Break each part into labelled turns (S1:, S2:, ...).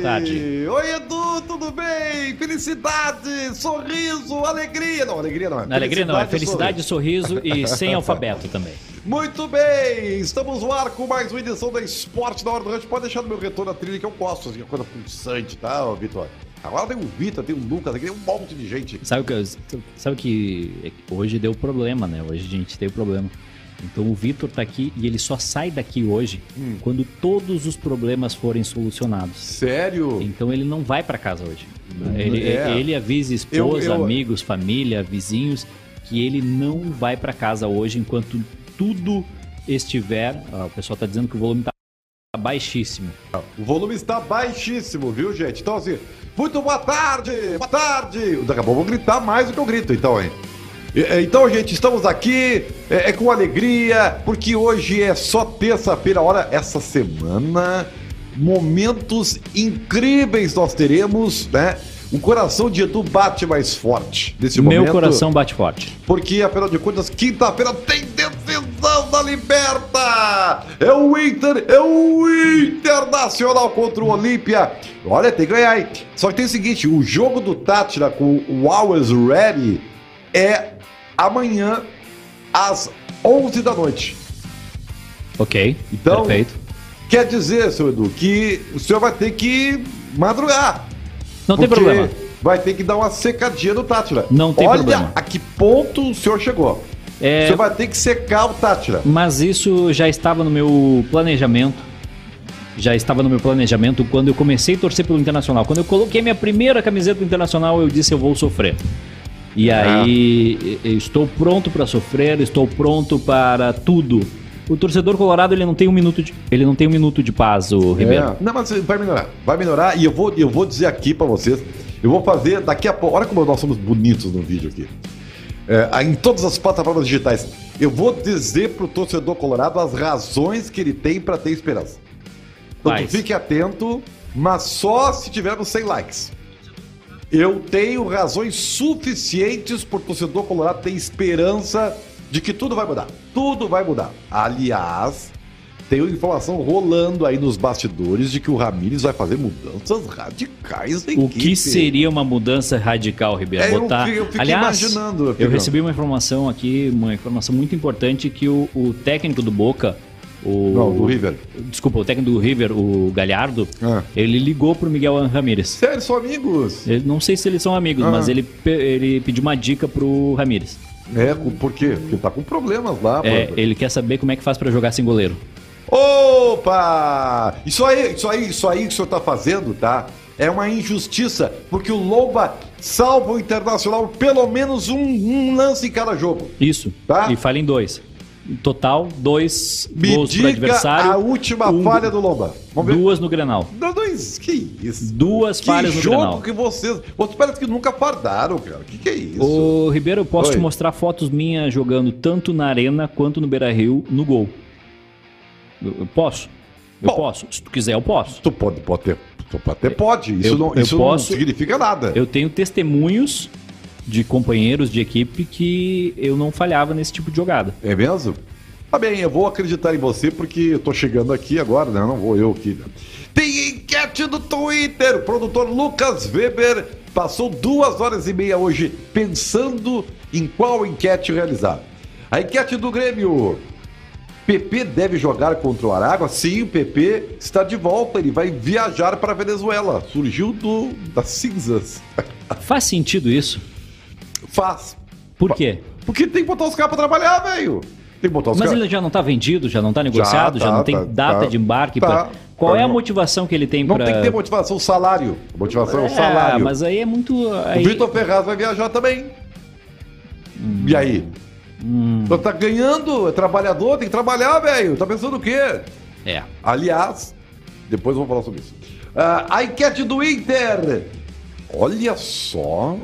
S1: tarde.
S2: Oi, Edu, tudo bem? Felicidade, sorriso, alegria. Não, alegria não é.
S1: Na alegria não, é felicidade, sorriso e sem alfabeto também.
S2: Muito bem, estamos no ar com mais uma edição da Esporte da Hora do Rancho. Pode deixar no meu retorno a trilha que eu gosto, assim, a coisa pulsante, tá, ô, Vitor? Agora tem o Vitor, tem o Lucas, aqui tem um monte de gente.
S1: Sabe que, sabe que hoje deu problema, né? Hoje a gente teve problema. Então o Vitor tá aqui e ele só sai daqui hoje
S2: Hum.
S1: quando todos os problemas forem solucionados.
S2: Sério?
S1: Então ele não vai pra casa hoje. Ele,
S2: É.
S1: ele avisa esposa,
S2: Eu- eu-
S1: amigos, família, vizinhos que ele não vai pra casa hoje enquanto tudo estiver. Ah, o pessoal tá dizendo que o volume tá baixíssimo.
S2: O volume está baixíssimo, viu, gente? Então, assim, muito boa tarde, boa tarde. Daqui a pouco eu vou gritar mais do que eu grito, então, hein? E- é, Então, gente, estamos aqui, é, é com alegria, porque hoje é só terça-feira. Olha, essa semana, momentos incríveis nós teremos, né? O coração de Edu bate mais forte nesse momento.
S1: Meu coração bate forte.
S2: Porque, afinal de contas, quinta-feira tem decisão da Liberta! É o Inter, é o Internacional contra o Olímpia. Olha, tem que ganhar, hein? Só que tem o seguinte, o jogo do Tátira com o Always Ready é amanhã às 11 da noite.
S1: Ok.
S2: Então-
S1: Perfeito.
S2: Quer dizer, seu Edu, que o senhor vai ter que madrugar.
S1: Não tem
S2: porque
S1: problema.
S2: Vai ter que dar uma secadinha no Tátira.
S1: Não tem
S2: Olha
S1: problema.
S2: a que ponto o senhor chegou.
S1: É,
S2: Você vai ter que secar o Tátira.
S1: Mas isso já estava no meu planejamento. Já estava no meu planejamento quando eu comecei a torcer pelo Internacional. Quando eu coloquei minha primeira camiseta do Internacional, eu disse eu vou sofrer. E
S2: Ah.
S1: aí eu estou pronto para sofrer, estou pronto para tudo. O torcedor colorado ele não tem um minuto de, ele não tem um minuto de paz, o Ribeiro.
S2: É. Não, mas vai melhorar. Vai melhorar e eu vou, eu vou dizer aqui pra vocês. Eu vou fazer daqui a pouco. Olha como nós somos bonitos no vídeo aqui. É, em todas as plataformas digitais. Eu vou dizer pro torcedor colorado as razões que ele tem pra ter esperança. Então tu
S1: Quais?
S2: fique atento, mas só se tivermos 100 likes. Eu tenho razões suficientes por torcedor colorado ter esperança de que tudo vai mudar. Tudo vai mudar. Aliás, tem informação rolando aí nos bastidores de que o Ramires vai fazer mudanças radicais na
S1: O
S2: equipe.
S1: que seria uma mudança radical, Ribeiro?
S2: É, eu fiquei- eu fiquei
S1: Aliás,
S2: imaginando,
S1: Eu
S2: Pedrão.
S1: recebi uma informação aqui, uma informação muito importante que o, o técnico do Boca, o
S2: Não, do River.
S1: desculpa, o técnico do River, o Galhardo,
S2: Ah.
S1: ele ligou pro Miguel Ramírez.
S2: Sério, são amigos?
S1: Ele, não sei se eles são amigos,
S2: Ah.
S1: mas ele, pe- ele pediu uma dica pro Ramírez.
S2: É, com- por quê? Porque tá com problemas lá.
S1: É,
S2: pô.
S1: ele quer saber como é que faz pra jogar sem goleiro.
S2: Opa! Isso aí, isso aí, isso aí que o senhor tá fazendo, tá? É uma injustiça, porque o Lomba salva o Internacional pelo menos um, um lance em cada jogo.
S1: Isso.
S2: Tá.
S1: E falha em dois. Total, dois
S2: Me
S1: gols pro
S2: diga
S1: adversário.
S2: a última
S1: um-
S2: falha do Lomba. Vamos ver.
S1: Duas no Grenal.
S2: Não, não, isso- que isso?
S1: Duas
S2: que
S1: falhas no
S2: jogo
S1: Grenal.
S2: que vocês... Vocês parece que nunca fardaram, cara. Que que é isso?
S1: Ô, Ribeiro, eu posso
S2: Oi.
S1: te mostrar fotos minhas jogando tanto na arena quanto no Beira Rio no gol. Eu, eu posso? Eu
S2: Bom.
S1: posso. Se tu quiser, eu posso.
S2: Tu pode, pode ter... Tu até pode. Isso,
S1: eu-
S2: não,
S1: eu
S2: isso
S1: posso-
S2: não significa nada.
S1: Eu tenho testemunhos de companheiros de equipe que eu não falhava nesse tipo de jogada.
S2: É mesmo? Tá bem, eu vou acreditar em você porque eu tô chegando aqui agora, né? Não vou eu aqui. né? Tem enquete do Twitter. O produtor Lucas Weber passou duas horas e meia hoje pensando em qual enquete realizar. A enquete do Grêmio. PP deve jogar contra o Aragua? Sim, o PP está de volta. Ele vai viajar para a Venezuela. Surgiu do, das cinzas.
S1: Faz sentido isso?
S2: Faz.
S1: Por quê?
S2: Porque tem que botar os caras para trabalhar, velho. Tem que botar os
S1: Mas
S2: caras.
S1: ele já não tá vendido, já não tá negociado, já,
S2: tá,
S1: não tem
S2: tá,
S1: data
S2: tá,
S1: de embarque.
S2: tá.
S1: pra- Qual
S2: Tá,
S1: é a
S2: não-
S1: motivação que ele tem
S2: Não
S1: pra...
S2: tem que ter motivação, salário. A motivação é, o
S1: É,
S2: salário.
S1: mas aí é muito... aí- Hum.
S2: O Vitor Ferraz vai viajar também. E aí? Então tá ganhando, é trabalhador, tem que trabalhar, velho. Tá pensando o quê?
S1: É.
S2: Aliás, depois eu vou falar sobre isso. Ah, a enquete do Inter. Olha só.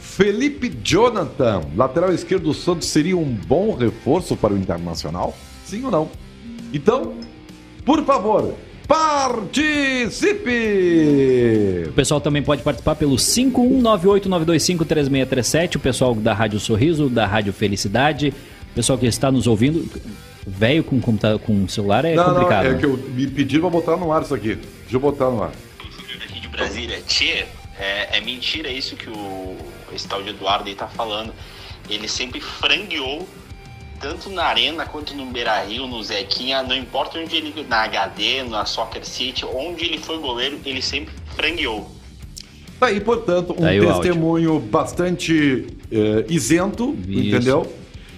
S2: Felipe Jonathan, lateral esquerdo do Santos, seria um bom reforço para o Internacional? Sim ou não? Então, por favor, participe!
S1: O pessoal também pode participar pelo 51989253637, o pessoal da Rádio Sorriso, da Rádio Felicidade, o pessoal que está nos ouvindo. Velho com computador, com celular é complicado.
S2: é
S1: né?
S2: que eu me pediram pra botar no ar isso aqui. Deixa eu botar no ar.
S3: Brasília, tchê, é, é mentira isso que o esse tal de Eduardo aí tá falando. Ele sempre frangueou tanto na Arena quanto no Beira Rio, no Zequinha, não importa onde ele, na HD, na Soccer City, onde ele foi goleiro, ele sempre frangueou.
S2: Tá aí, portanto, um
S1: Tá aí o áudio.
S2: testemunho bastante eh, isento,
S1: Isso.
S2: entendeu?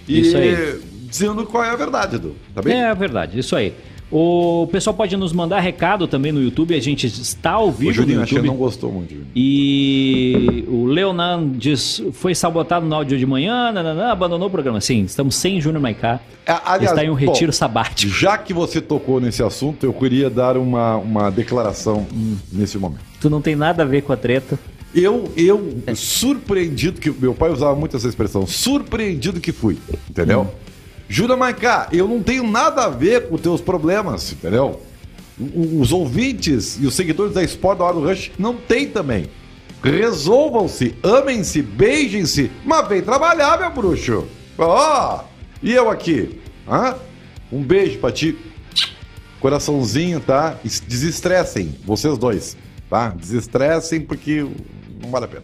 S2: E
S1: Isso aí.
S2: dizendo qual é a verdade, Edu. Tá bem?
S1: É verdade, isso aí. O pessoal pode nos mandar recado também no YouTube, a gente está ao vivo
S2: o Juninho
S1: no
S2: acho que
S1: YouTube.
S2: não gostou muito. Juninho.
S1: E o Leonandes foi sabotado no áudio de manhã, nananã, abandonou o programa. Sim, estamos sem Júnior Maiká.
S2: A- É, aliás,
S1: está em um
S2: bom,
S1: retiro sabático.
S2: já que você tocou nesse assunto, eu queria dar uma, uma declaração hum, nesse momento.
S1: Tu não tem nada a ver com a treta.
S2: Eu, eu, surpreendido que. Meu pai usava muito essa expressão, surpreendido que fui, entendeu? Jura, Maicá, eu não tenho nada a ver com teus problemas, entendeu? O- o- Os ouvintes e os seguidores da Sport da Hora do Rush não tem também. Resolvam-se, amem-se, beijem-se, mas vem trabalhar, meu bruxo. Ó, e eu aqui? Hã? Um beijo pra ti, coraçãozinho, tá? Es- Desestressem, vocês dois, tá? Desestressem porque não vale a pena.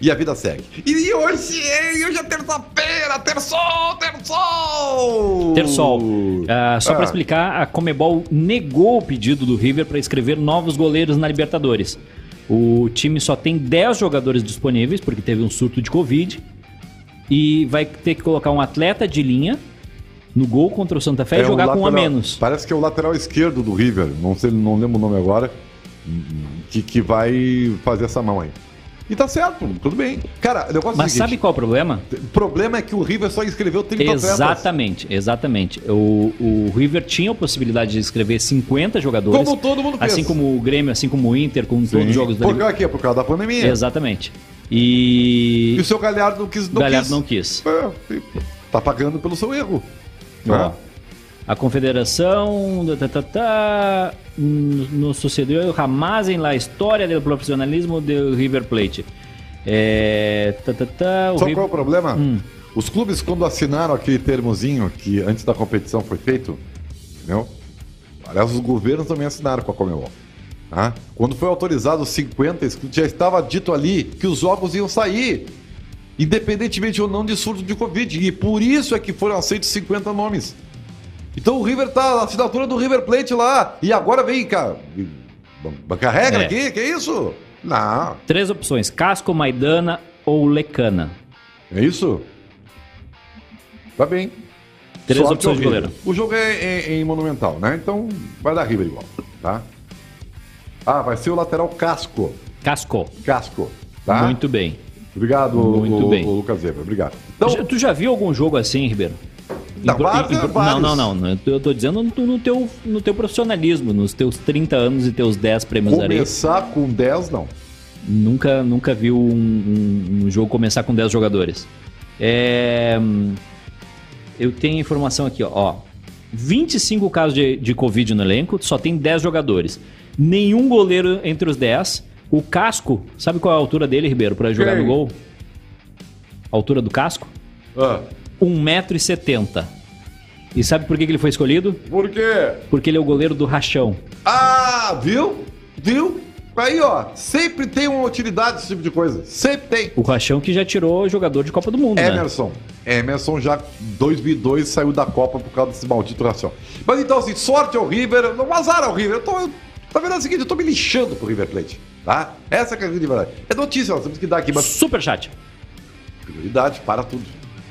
S2: E a vida segue. E hoje, é- hoje é terça-feira, terçol, terçol!
S1: Ter sol. Ah, só pra
S2: Ah.
S1: explicar, a Comebol negou o pedido do River pra escrever novos goleiros na Libertadores. O time só tem 10 jogadores disponíveis, porque teve um surto de Covid. E vai ter que colocar um atleta de linha no gol contra o Santa Fé e
S2: um
S1: jogar com um a
S2: lateral-
S1: menos.
S2: Parece que é o lateral esquerdo do River, não sei, não lembro o nome agora, que, que vai fazer essa mão aí. E tá certo, tudo bem. Cara, o negócio
S1: Mas
S2: é o
S1: sabe
S2: seguinte,
S1: qual é o problema?
S2: o problema é que o River só escreveu 30 atletas.
S1: Exatamente, exatamente. O, o River tinha a possibilidade de escrever 50 jogadores.
S2: Como todo mundo fez.
S1: Assim como o Grêmio, assim como o Inter, com todos os jogos da
S2: Por
S1: Liga.
S2: causa aqui, por causa da pandemia.
S1: Exatamente. E.
S2: E o seu Galhardo não quis.
S1: o
S2: Não
S1: Galhardo
S2: quis.
S1: não quis.
S2: É, e tá pagando pelo seu erro.
S1: Ó,
S2: né?
S1: a confederação tá, tá, tá, nos nos sucedeu Ramazem lá a história do profissionalismo do River Plate. É, tá, tá, tá, o
S2: Só
S1: River-
S2: qual é o problema?
S1: Hum.
S2: Os clubes, quando assinaram aquele termozinho que antes da competição foi feito, entendeu? Aliás, os governos também assinaram com a Comebol. Tá? Quando foi autorizado os 50, inscritos, já estava dito ali que os jogos iam sair, independentemente ou não de surto de Covid. E por isso é que foram aceitos 50 nomes. Então o River tá na assinatura do River Plate lá. E agora vem, cara. ban- Banca regra
S1: É.
S2: aqui? Que isso? Não.
S1: Três opções: Casco, Maidana ou Lecana.
S2: É isso? Tá bem.
S1: Três
S2: Sorte
S1: opções de
S2: horrível.
S1: goleiro.
S2: O jogo é, é- é em Monumental, né? Então vai dar River igual, tá? Ah, vai ser o lateral Casco.
S1: Casco.
S2: Casco, tá?
S1: Muito bem.
S2: Obrigado,
S1: Muito
S2: o,
S1: bem.
S2: o Lucas Weber. Obrigado. Então,
S1: Já- tu já viu algum jogo assim, Ribeiro?
S2: Não,
S1: Em pro-
S2: vários,
S1: em pro-
S2: vários.
S1: não, não, não, não. Eu tô- Eu tô dizendo no, no teu, no teu profissionalismo, nos teus 30 anos e teus 10 prêmios Areia.
S2: começar com 10, não.
S1: Nunca, nunca viu um, um- um jogo começar com 10 jogadores. É, hum, eu tenho informação aqui, ó. ó. 25 casos de, de Covid no elenco, só tem 10 jogadores. Nenhum goleiro entre os 10. O Casco, sabe qual é a altura dele, Ribeiro, pra jogar
S2: Quem?
S1: no gol? A altura do Casco?
S2: Ah,
S1: 1,70m. E sabe por que que ele foi escolhido?
S2: por quê?
S1: Porque ele é o goleiro do rachão.
S2: Ah, viu? Viu? Aí, ó, sempre tem uma utilidade esse tipo de coisa. Sempre tem.
S1: O rachão que já tirou jogador de Copa do Mundo, né?
S2: Emerson. Emerson já 2002 saiu da Copa por causa desse maldito racial. Mas então, assim, sorte ao River. Não azar ao River. Eu tô, eu- tá vendo é o seguinte? Eu tô me lixando pro River Plate. Tá? Essa que é a grande verdade. É notícia, nós temos que dar aqui, mas
S1: Superchat.
S2: prioridade para tudo.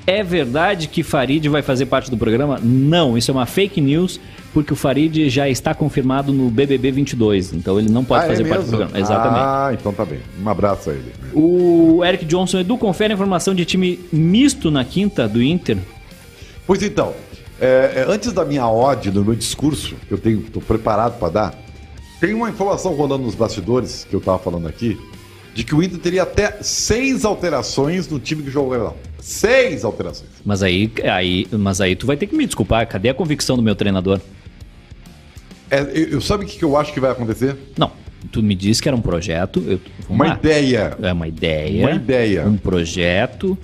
S1: É verdade que Farid vai fazer parte do programa? Não, isso é uma fake news, porque o Farid já está confirmado no BBB 22, então ele não pode
S2: Ah,
S1: fazer
S2: é
S1: parte do
S2: mesmo?
S1: programa. Exatamente.
S2: Ah, então tá bem. Um abraço a ele.
S1: O Eric Johnson, Edu, confere a informação de time misto na quinta do Inter.
S2: Pois então, é, é, antes da minha ode, do meu discurso, que eu tenho, tô preparado para dar, tem uma informação rolando nos bastidores, que eu tava falando aqui, de que o Inter teria até seis alterações no time que jogou o Grenal. Seis alterações.
S1: Mas aí, aí, mas aí tu vai ter que me desculpar, cadê a convicção do meu treinador?
S2: É, eu, eu- sabe o que que eu acho que vai acontecer?
S1: Não, tu me disse que era um projeto, eu, vamos
S2: Uma
S1: lá.
S2: ideia.
S1: É uma ideia.
S2: Uma ideia.
S1: Um projeto.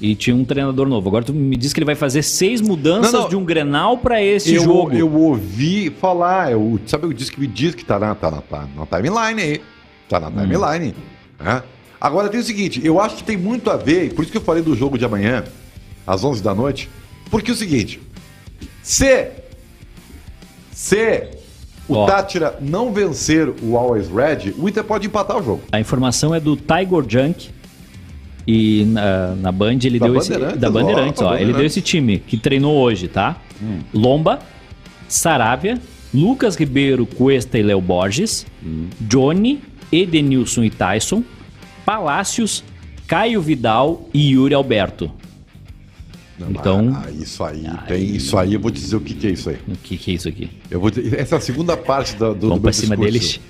S1: E tinha um treinador novo. Agora tu me diz que ele vai fazer seis mudanças
S2: Não, não.
S1: de um Grenal pra esse
S2: eu,
S1: jogo.
S2: eu ouvi falar, eu, sabe o disco que me diz que tá na, tá, na, tá na timeline aí. Tá na
S1: Hum.
S2: timeline. né? Agora tem o seguinte, eu acho que tem muito a ver, e por isso que eu falei do jogo de amanhã, às 11 da noite, porque é o seguinte, se, se o
S1: Ó.
S2: Tátira não vencer o Always Red, o Inter pode empatar o jogo.
S1: A informação é do Tiger Junk. E na, na Band ele
S2: Da
S1: deu esse.
S2: Bandeirantes,
S1: Da
S2: ó,
S1: Bandeirantes,
S2: da
S1: ó. Ele
S2: Bandeirantes. Hum.
S1: deu esse time que treinou hoje, tá? Lomba, Sarabia, Lucas Ribeiro, Cuesta e Léo Borges,
S2: Hum.
S1: Johnny, Edenilson e Tyson, Palácios, Caio Vidal e Yuri Alberto.
S2: Não,
S1: Então-
S2: ah, isso aí, tem isso aí, eu vou te dizer o que, que é isso aí.
S1: O que, que é isso aqui?
S2: Eu vou dizer, essa é a segunda parte da- do, do
S1: Vamos
S2: meu
S1: pra cima
S2: discurso.
S1: deles?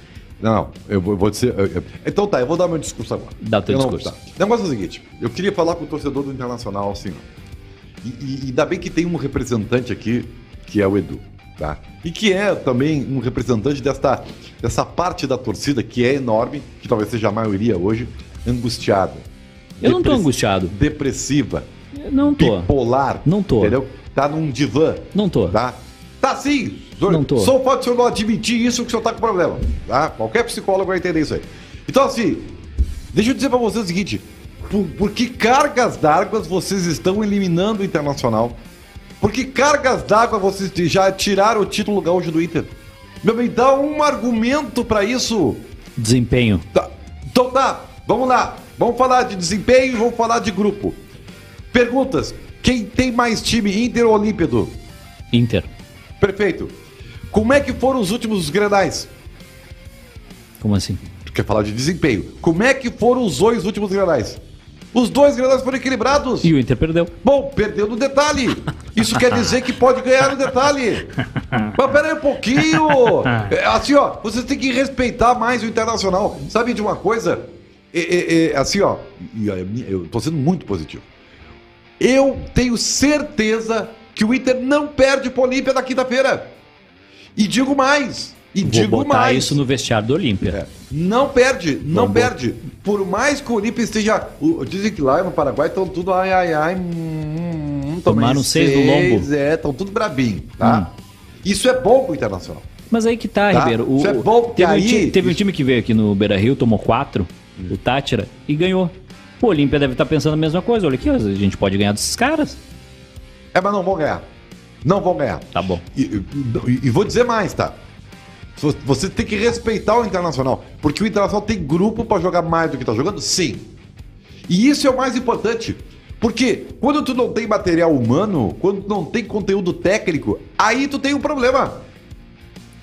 S2: Não, eu vou, eu vou dizer. eu- eu- então tá, eu vou dar meu discurso agora.
S1: Dá o teu
S2: Eu não-
S1: discurso.
S2: tá. O negócio é o seguinte: eu queria falar com o torcedor do Internacional, assim. ó. E, e, e ainda bem que tem um representante aqui, que é o Edu, tá? E que é também um representante desta, dessa parte da torcida que é enorme, que talvez seja a maioria hoje, angustiada.
S1: Eu não tô
S2: Depressi-
S1: angustiado.
S2: Depressiva,
S1: Eu Não tô.
S2: bipolar.
S1: Não tô.
S2: Entendeu? Tá num divã.
S1: Não tô.
S2: Tá? Tá sim. senhor.
S1: Não tô.
S2: Só pode o senhor não admitir isso que o senhor tá com problema. Tá? Qualquer psicólogo vai entender isso aí. Então, assim, deixa eu dizer pra vocês o seguinte: por, por que cargas d'água vocês estão eliminando o Internacional? Por que cargas d'água vocês já tiraram o título gaúcho do Inter? Meu bem, dá um argumento pra isso.
S1: Desempenho.
S2: Tá. Então tá, vamos lá. Vamos falar de desempenho, vamos falar de grupo. Perguntas: quem tem mais time, Inter ou Olímpido?
S1: Inter.
S2: Perfeito. Como é que foram os últimos grenais?
S1: Como assim?
S2: Tu quer falar de desempenho. Como é que foram os dois últimos grenais? Os dois grenais foram equilibrados.
S1: E o Inter perdeu.
S2: Bom, perdeu no detalhe. Isso quer dizer que pode ganhar no detalhe. Mas pera aí um pouquinho. É, Assim, ó, vocês têm que respeitar mais o internacional. Sabe de uma coisa? É, é, é, assim, ó, e, ó, é minha- eu tô sendo muito positivo. Eu tenho certeza que o Inter não perde pro Olímpia na quinta-feira. E digo mais. E
S1: Vou
S2: digo
S1: botar
S2: mais.
S1: isso no vestiário do Olímpia.
S2: É. Não perde, não
S1: Vamos.
S2: perde. Por mais que o Olímpia esteja. o- Dizem que lá no Paraguai estão tudo ai, ai, ai. Hum, hum, tomei
S1: Tomaram seis do Lombo. Hum.
S2: É, estão tudo brabinho, tá? Isso é bom pro Internacional.
S1: Mas aí que tá,
S2: Tá?
S1: Ribeiro.
S2: Isso é bom, porque
S1: teve, um
S2: aí-
S1: ti- teve
S2: isso-
S1: um
S2: Uhum.
S1: time que veio aqui no Beira Rio, tomou quatro, o Tátira, e ganhou. O Olímpia deve estar pensando a mesma coisa. Olha aqui, ó, a gente pode ganhar desses caras.
S2: É, mas não vão ganhar. Não vão ganhar.
S1: Tá bom.
S2: E, e- e vou dizer mais, tá? Vo- Você tem que respeitar o Internacional, porque o Internacional tem grupo pra jogar mais do que tá jogando? Sim. E isso é o mais importante, porque quando tu não tem material humano, quando tu não tem conteúdo técnico, aí tu tem um problema.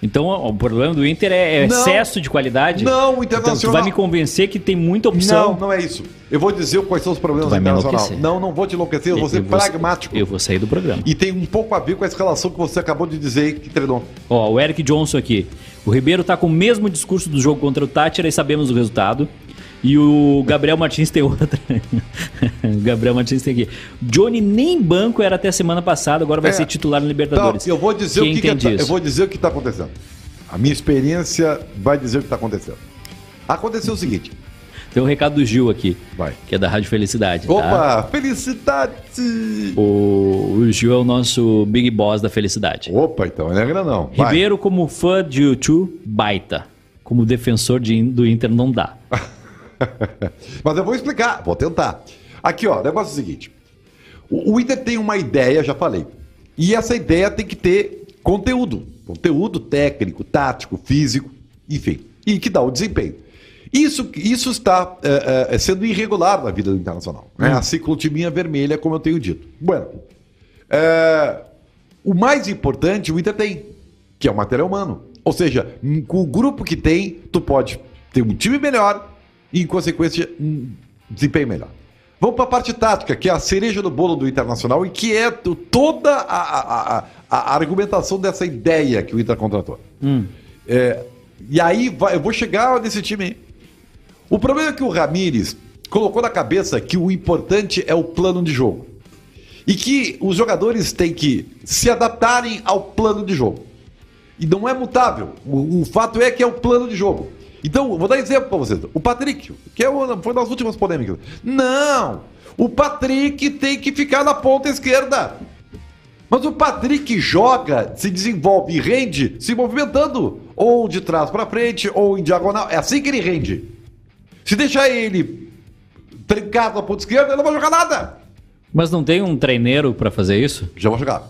S1: Então ó, o problema do Inter é, é
S2: Não.
S1: excesso de qualidade.
S2: Não, o
S1: Então, tu
S2: Internacional...
S1: vai me convencer que tem muita opção.
S2: Não, não é isso. Eu vou dizer quais são os problemas
S1: Tu
S2: do
S1: vai me
S2: Internacional.
S1: enlouquecer.
S2: Não, não vou te enlouquecer, eu vou ser
S1: Eu vou-
S2: pragmático.
S1: Eu vou sair do programa.
S2: E tem um pouco a ver com essa relação que você acabou de dizer aí, que treinou.
S1: Ó, o Eric Johnson aqui. O Ribeiro tá com o mesmo discurso do jogo contra o Tátira e sabemos o resultado. E o Gabriel Martins tem outra. O Gabriel Martins tem aqui. Johnny nem banco era até semana passada, agora vai
S2: É.
S1: ser titular no
S2: Tá,
S1: Libertadores.
S2: eu vou dizer
S1: Quem
S2: o que, que
S1: entende
S2: tá- eu
S1: isso?
S2: vou dizer o que está acontecendo. A minha experiência vai dizer o que está acontecendo. Aconteceu o seguinte.
S1: Tem um recado do Gil aqui,
S2: Vai.
S1: que é da Rádio Felicidade. tá?
S2: Opa, felicidade!
S1: O, o Gil é o nosso big boss da felicidade.
S2: Opa, então, não é grandão. Vai.
S1: Ribeiro, como fã de YouTube, baita. Como defensor de- do Inter, não dá.
S2: Mas eu vou explicar, vou tentar. Aqui, ó, o negócio é o seguinte. O, o Inter tem uma ideia, já falei. E essa ideia tem que ter conteúdo. Conteúdo técnico, tático, físico, enfim. E que dá o desempenho. Isso, isso está eh, eh, sendo irregular na vida do Internacional. Né? A ciclotimia vermelha, como eu tenho dito. Bueno, eh, o mais importante o Inter tem, que é o material humano. Ou seja, hum, com o grupo que tem, tu pode ter um time melhor e, em consequência, um desempenho melhor. Vamos para a parte tática, que é a cereja do bolo do Internacional e que é to- toda a, a- a- a argumentação dessa ideia que o Inter contratou. É, e aí vai- eu vou chegar nesse time aí. O problema é que o Ramires colocou na cabeça que o importante é o plano de jogo e que os jogadores têm que se adaptarem ao plano de jogo. E não é mutável. O, o fato é que é o plano de jogo. Então, eu vou dar exemplo para vocês. O Patrick, que é o- foi das últimas polêmicas. Não! O Patrick tem que ficar na ponta esquerda. Mas o Patrick joga, se desenvolve e rende se movimentando. ou de trás para frente, ou em diagonal. É assim que ele rende. Se deixar ele trincado na ponta esquerda, ele não vai jogar nada.
S1: Mas não tem um treineiro pra fazer isso?
S2: Já vou jogar.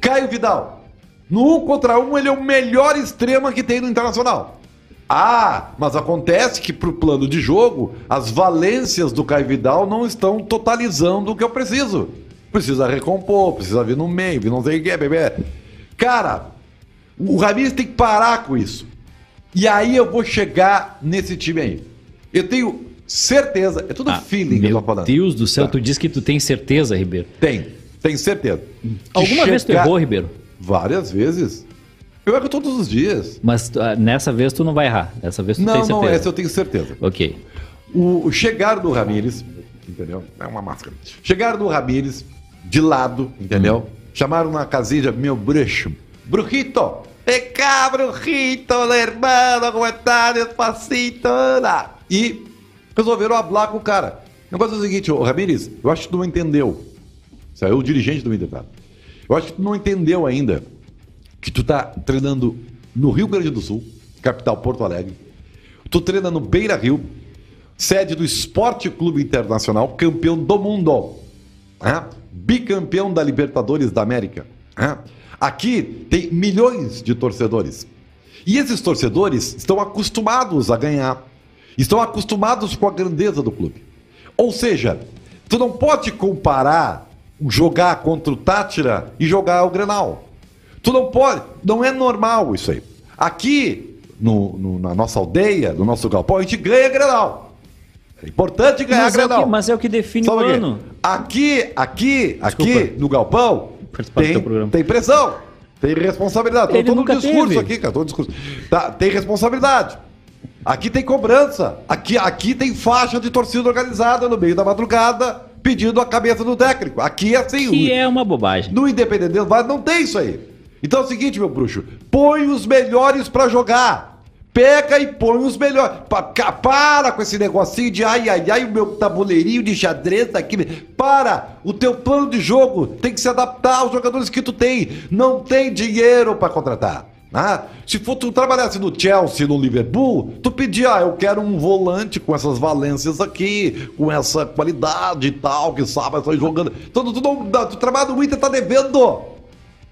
S2: Caio Vidal. No um contra um, ele é o melhor extrema que tem no Internacional. Ah, mas acontece que pro plano de jogo, as valências do Caio Vidal não estão totalizando o que eu preciso. Precisa recompor, precisa vir no meio, vir não sei o que, bebê. Cara, o Ramires tem que parar com isso. E aí eu vou chegar nesse time aí. Eu tenho certeza, é tudo
S1: Ah,
S2: feeling que eu
S1: meu
S2: tô falando.
S1: Deus do céu,
S2: Tá.
S1: tu diz que tu tem certeza, Ribeiro.
S2: Tem, tem certeza.
S1: Alguma vez tu
S2: chegar-
S1: errou, Ribeiro,
S2: Várias vezes. Eu erro todos os dias.
S1: mas ah, nessa vez tu não vai errar. Dessa vez tu tem
S2: Não,
S1: certeza.
S2: não, essa eu tenho certeza.
S1: Ok.
S2: O, o chegar do Ramires, entendeu? É uma máscara. Chegar do Ramires de lado, entendeu? Chamaram na casilha meu bruxo. Brujito! É cá, brujito, la hermana, como é está, despacito, anda. E resolveram hablar com o cara. O negócio é o seguinte, ô Ramires, eu acho que tu não entendeu. Isso aí é o dirigente do Inter, tá? Eu acho que tu não entendeu ainda que tu tá treinando no Rio Grande do Sul, capital Porto Alegre. Tu treina no Beira Rio, sede do Esporte Clube Internacional, campeão do mundo, né? bicampeão da Libertadores da América. né? Aqui tem milhões de torcedores. E esses torcedores estão acostumados a ganhar, estão acostumados com a grandeza do clube. Ou seja, tu não pode comparar jogar contra o Tátira e jogar o Grenal. Tu não pode, não é normal isso aí. Aqui, no- no- na nossa aldeia, no nosso galpão, a gente ganha Grenal. É importante ganhar
S1: Mas é, o
S2: Grenal.
S1: que, mas é o que define
S2: Só um
S1: o
S2: pouquinho.
S1: ano.
S2: Aqui, aqui, aqui, no galpão,
S1: Participar do teu
S2: tem,
S1: programa.
S2: tem pressão, tem responsabilidade.
S1: Ele
S2: Tô, tô no
S1: nunca
S2: discurso
S1: teve.
S2: aqui, cara, tô no discurso. Tá, tem responsabilidade. Aqui tem cobrança. Aqui, aqui tem faixa de torcida organizada no meio da madrugada pedindo a cabeça do técnico. Aqui é assim. o-
S1: Que é uma bobagem.
S2: no Independente Del Vale não tem isso aí. Então é o seguinte, meu bruxo, põe os melhores pra jogar. Pega e põe os melhores. Pa- ca- para com esse negocinho de ai, ai, ai, o meu tabuleirinho de xadrez tá aqui. Para! O teu plano de jogo tem que se adaptar aos jogadores que tu tem. Não tem dinheiro pra contratar. Ah, se for tu trabalhasse no Chelsea, no Liverpool, tu pedia, ah, eu quero um volante com essas valências aqui, com essa qualidade e tal, que sabe, sai jogando. Então, tu, tu, não- tu trabalha no Inter, tá devendo.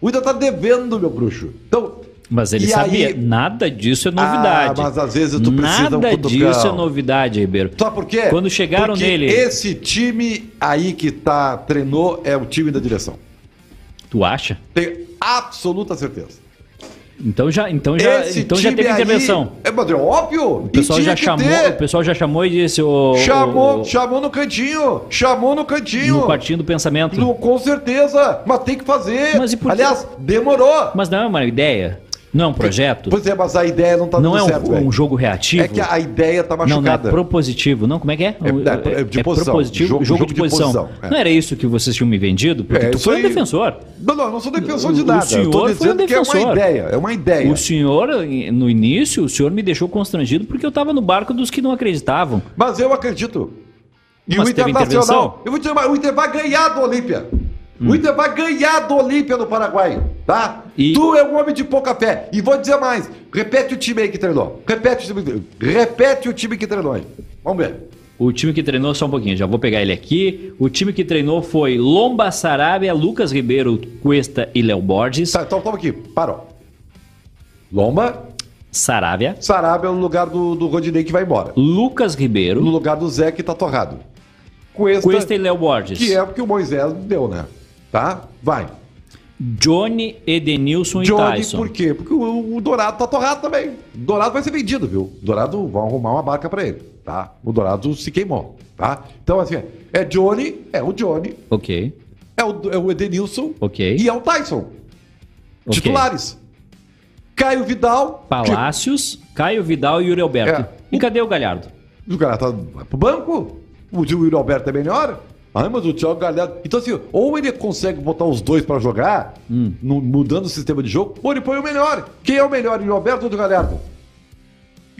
S2: O Inter tá devendo, meu bruxo. Então,
S1: Mas ele
S2: e
S1: sabia,
S2: aí-
S1: nada disso é novidade.
S2: Ah, mas às vezes tu precisa um
S1: Nada
S2: cutucão.
S1: disso é novidade, Ribeiro.
S2: Sabe por quê?
S1: Quando chegaram
S2: Porque
S1: nele-
S2: Esse time aí que tá treinou é o time da direção.
S1: Tu acha?
S2: Tenho absoluta certeza.
S1: Então já, então já,
S2: Esse
S1: então já
S2: time
S1: teve
S2: aí-
S1: intervenção.
S2: É, mas é óbvio.
S1: O pessoal, já chamou, o pessoal já chamou e disse: o,
S2: Chamou,
S1: o,
S2: chamou no cantinho. Chamou no cantinho.
S1: no quartinho do pensamento.
S2: No- com certeza. Mas tem que fazer.
S1: Mas e por quê?
S2: Aliás, demorou.
S1: Mas não é uma ideia, não é um projeto,
S2: Pois é, mas a ideia não tá
S1: não
S2: dando
S1: é um,
S2: certo, velho.
S1: um jogo reativo.
S2: É que a ideia tá
S1: Não, não é
S2: machucada.
S1: propositivo. Não, como é que é?
S2: é de posição.
S1: propositivo,
S2: Jogo-
S1: jogo,
S2: jogo
S1: de
S2: de
S1: posição.
S2: posição, é.
S1: Não era isso que vocês tinham me vendido? Porque
S2: É,
S1: tu
S2: isso
S1: foi
S2: aí-
S1: um defensor.
S2: Não, não, eu não sou defensor de
S1: O
S2: nada.
S1: senhor
S2: eu tô
S1: foi um
S2: dizendo que é uma
S1: defensor.
S2: ideia. É uma ideia.
S1: O senhor, em- no início, o senhor me deixou constrangido porque eu tava no barco dos que não acreditavam.
S2: Mas eu acredito. E
S1: Mas
S2: o
S1: teve
S2: Internacional.
S1: intervenção? Hum.
S2: Eu vou te chamar, o Inter vai ganhar do Olímpia. O Inter vai ganhar do Olímpia no Paraguai, tá?
S1: E-
S2: Tu é um homem de pouca fé. E vou dizer mais. Repete o time aí que treinou. Repete o time que treinou. Repete o time que treinou aí. Vamos ver.
S1: O time que treinou, só um pouquinho, já vou pegar ele aqui. O time que treinou foi Lomba Sarabia, Lucas Ribeiro, Cuesta e Léo Borges.
S2: Tá, então toma aqui. Parou. Lomba,
S1: Sarabia,
S2: Sarabia é no lugar do, do Rodinei que vai embora.
S1: Lucas
S2: No
S1: Ribeiro,
S2: lugar do Zé que tá torrado. Cuesta,
S1: Cuesta e Léo Borges.
S2: que é o que o Moisés deu, né? Tá? Vai.
S1: Johnny, Edenilson e
S2: Johnny,
S1: Tyson.
S2: por quê? Porque o, o Dourado tá torrado também. O Dourado vai ser vendido, viu? O Dourado vão arrumar uma barca pra ele, tá? O Dourado se queimou, tá? Então, assim, é Johnny, é o Johnny,
S1: Ok,
S2: é o, é o Edenilson
S1: Ok.
S2: e é o Tyson.
S1: Ok.
S2: Titulares. Caio Vidal.
S1: Palácios, Caio Vidal e Yuri Alberto.
S2: É.
S1: E cadê o Galhardo?
S2: que- o cara tá vai pro banco. O de Will Alberto é melhor. Ah, mas o Thiago Galhardo. Então, assim, ou ele consegue botar os dois pra jogar,
S1: Hum.
S2: no- mudando o sistema de jogo, ou ele põe o melhor. Quem é o melhor, Will Alberto ou o Galhardo?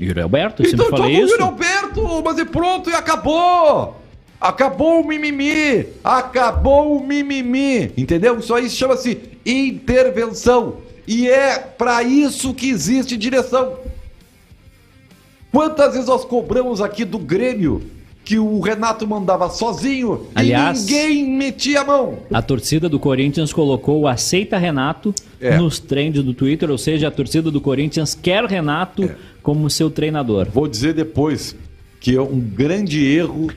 S1: Yuri Alberto, você
S2: então
S1: não
S2: joga
S1: falei
S2: o
S1: isso?
S2: Yuri Alberto, mas e pronto, e acabou! Acabou o mimimi! Acabou o mimimi! Entendeu? Isso aí chama-se intervenção. E é para isso que existe direção. Quantas vezes nós cobramos aqui do Grêmio que o Renato mandava sozinho
S1: Aliás-
S2: e ninguém metia a mão?
S1: A torcida do Corinthians colocou o aceita Renato
S2: É.
S1: nos trends do Twitter, ou seja, a torcida do Corinthians quer Renato
S2: É.
S1: como seu treinador.
S2: Vou dizer depois que é um grande erro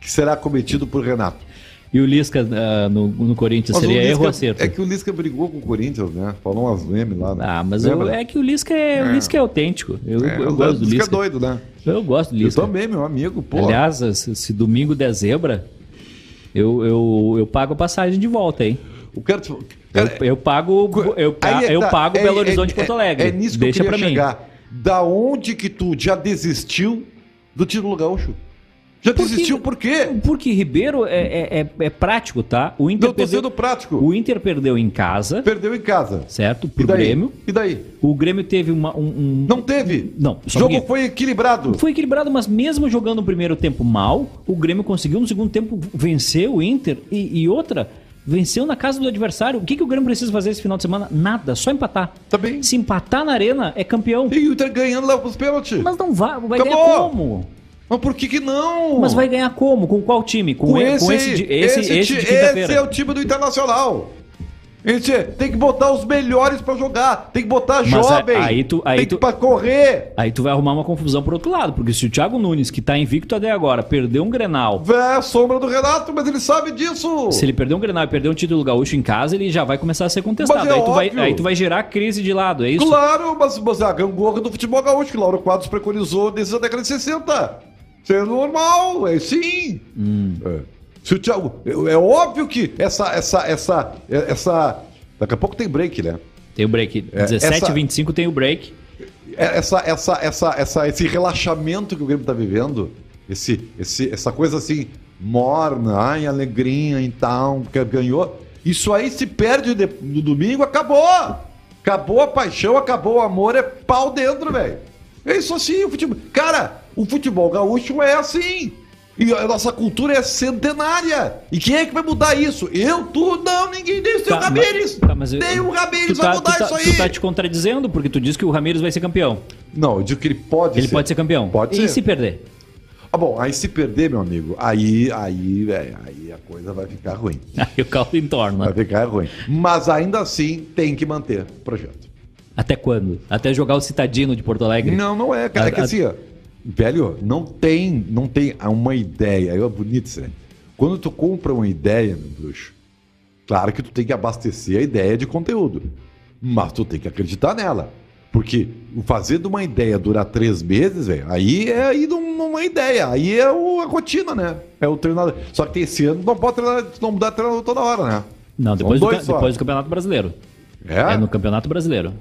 S2: que será cometido por Renato.
S1: E o Lisca ah, no, no Corinthians
S2: Mas o
S1: seria
S2: Lisca-
S1: erro ou acerto?
S2: É que o Lisca brigou com o Corinthians, né? Falou umas memes lá. Né?
S1: Ah, mas eu-
S2: Lembra?
S1: é que o Lisca é, O Lisca é autêntico. Eu,
S2: É,
S1: eu
S2: o
S1: gosto do
S2: Lisca
S1: Lisca.
S2: é doido, né?
S1: Eu gosto do
S2: Eu
S1: Lisca.
S2: também, meu amigo, pô.
S1: Aliás, se, se domingo der zebra, eu, eu, eu pago a passagem de volta, hein?
S2: o cara, tipo, cara,
S1: eu, eu pago, eu, pa-
S2: Aí é que
S1: eu
S2: tá.
S1: pago
S2: É-
S1: Belo
S2: é-
S1: Horizonte e Porto Alegre.
S2: É, é nisso que
S1: Deixa
S2: eu
S1: pra
S2: queria
S1: mim.
S2: chegar. Da onde que tu já desistiu do título gaúcho? Já
S1: Por que-
S2: desistiu por quê?
S1: Porque Ribeiro é, é, é- é prático, tá? O Inter,
S2: Não tô
S1: perdeu,
S2: sendo prático.
S1: o Inter perdeu em casa,
S2: Perdeu em casa.
S1: certo?
S2: E
S1: Pro
S2: daí?
S1: Grêmio.
S2: E daí?
S1: O Grêmio teve uma, um, um-
S2: Não teve.
S1: Não,
S2: O
S1: só
S2: jogo
S1: porque-
S2: foi equilibrado.
S1: Foi equilibrado, mas mesmo jogando o primeiro tempo mal, o Grêmio conseguiu no segundo tempo vencer o Inter e, e outra, venceu na casa do adversário. O que, que o Grêmio precisa fazer esse final de semana? Nada, só empatar.
S2: Tá bem.
S1: Se empatar na arena, é campeão.
S2: E o Inter ganhando lá pros pênaltis. Mas,
S1: Mas não vai, vai
S2: Acabou.
S1: ganhar como?
S2: por que que não?
S1: Mas vai ganhar como? Com qual time? Com,
S2: com
S1: e-
S2: esse,
S1: com esse, de- esse,
S2: ti-
S1: esse, de
S2: esse é
S1: quinta-feira.
S2: o time do Internacional. Esse, tem que botar os melhores pra jogar, tem que botar
S1: Mas
S2: jovem,
S1: a- aí tu- aí
S2: tem
S1: tu-
S2: que pra correr.
S1: Aí tu vai arrumar uma confusão pro outro lado, porque se o Thiago Nunes, que tá invicto até agora, perdeu um Grenal,
S2: É a sombra do Renato, mas ele sabe disso.
S1: se ele perder um Grenal e perder um título gaúcho em casa, ele já vai começar a ser contestado.
S2: Mas é
S1: aí, tu vai,
S2: óbvio.
S1: aí tu vai gerar crise de lado, é isso?
S2: Claro, mas, mas é a gangorra do futebol gaúcho, que Lauro Quadros preconizou desde a década de 60. Isso é normal, é sim.
S1: Hum.
S2: É. Se o Thiago- é, é óbvio que essa, essa, essa, é, essa... Daqui a pouco tem break, né?
S1: Tem o break.
S2: É,
S1: 17
S2: essa-
S1: 25 tem o break.
S2: É, essa, essa, essa, essa, esse relaxamento que o Grêmio tá vivendo, esse, esse, essa coisa assim, morna, ai, alegrinha e tal, que ganhou. Isso aí se perde de- no domingo, acabou! Acabou a paixão, acabou o amor, é pau dentro, velho. É isso assim, o futebol. Cara, o futebol gaúcho é assim. E a nossa cultura é centenária. E quem é que vai mudar isso? Eu, tu, não, ninguém. Nem o seu
S1: Tá,
S2: Ramires.
S1: mas- tá, mas eu-
S2: nem o
S1: Tu
S2: Ramires
S1: tá,
S2: vai mudar
S1: tu tá-
S2: isso aí.
S1: tu tá te contradizendo, porque tu diz que o Ramires vai ser campeão.
S2: Não, eu digo que ele pode
S1: Ele pode ser campeão.
S2: Pode
S1: e
S2: ser.
S1: se perder?
S2: Ah, bom, aí se perder, meu amigo, aí, aí, velho, aí a coisa vai ficar ruim.
S1: Aí o caldo
S2: Vai
S1: entorna.
S2: ficar ruim. Mas ainda assim tem que manter o projeto.
S1: Até quando? Até jogar o Citadino de Porto Alegre?
S2: Não, não é, cara. É que
S1: A- a-
S2: assim, ó, velho, não tem, não tem uma ideia. Aí é bonito isso, né? Quando tu compra uma ideia, meu bruxo, claro que tu tem que abastecer a ideia de conteúdo. Mas tu tem que acreditar nela. Porque fazer de uma ideia durar três meses, velho, aí é aí não, não é ideia. Aí é o- a rotina, né? É o treinador. Só que esse ano não pode treinar, não mudar treinador toda hora, né?
S1: Não,
S2: São
S1: depois, do,
S2: dois
S1: ca-
S2: só.
S1: depois do Campeonato Brasileiro.
S2: É?
S1: É no Campeonato Brasileiro.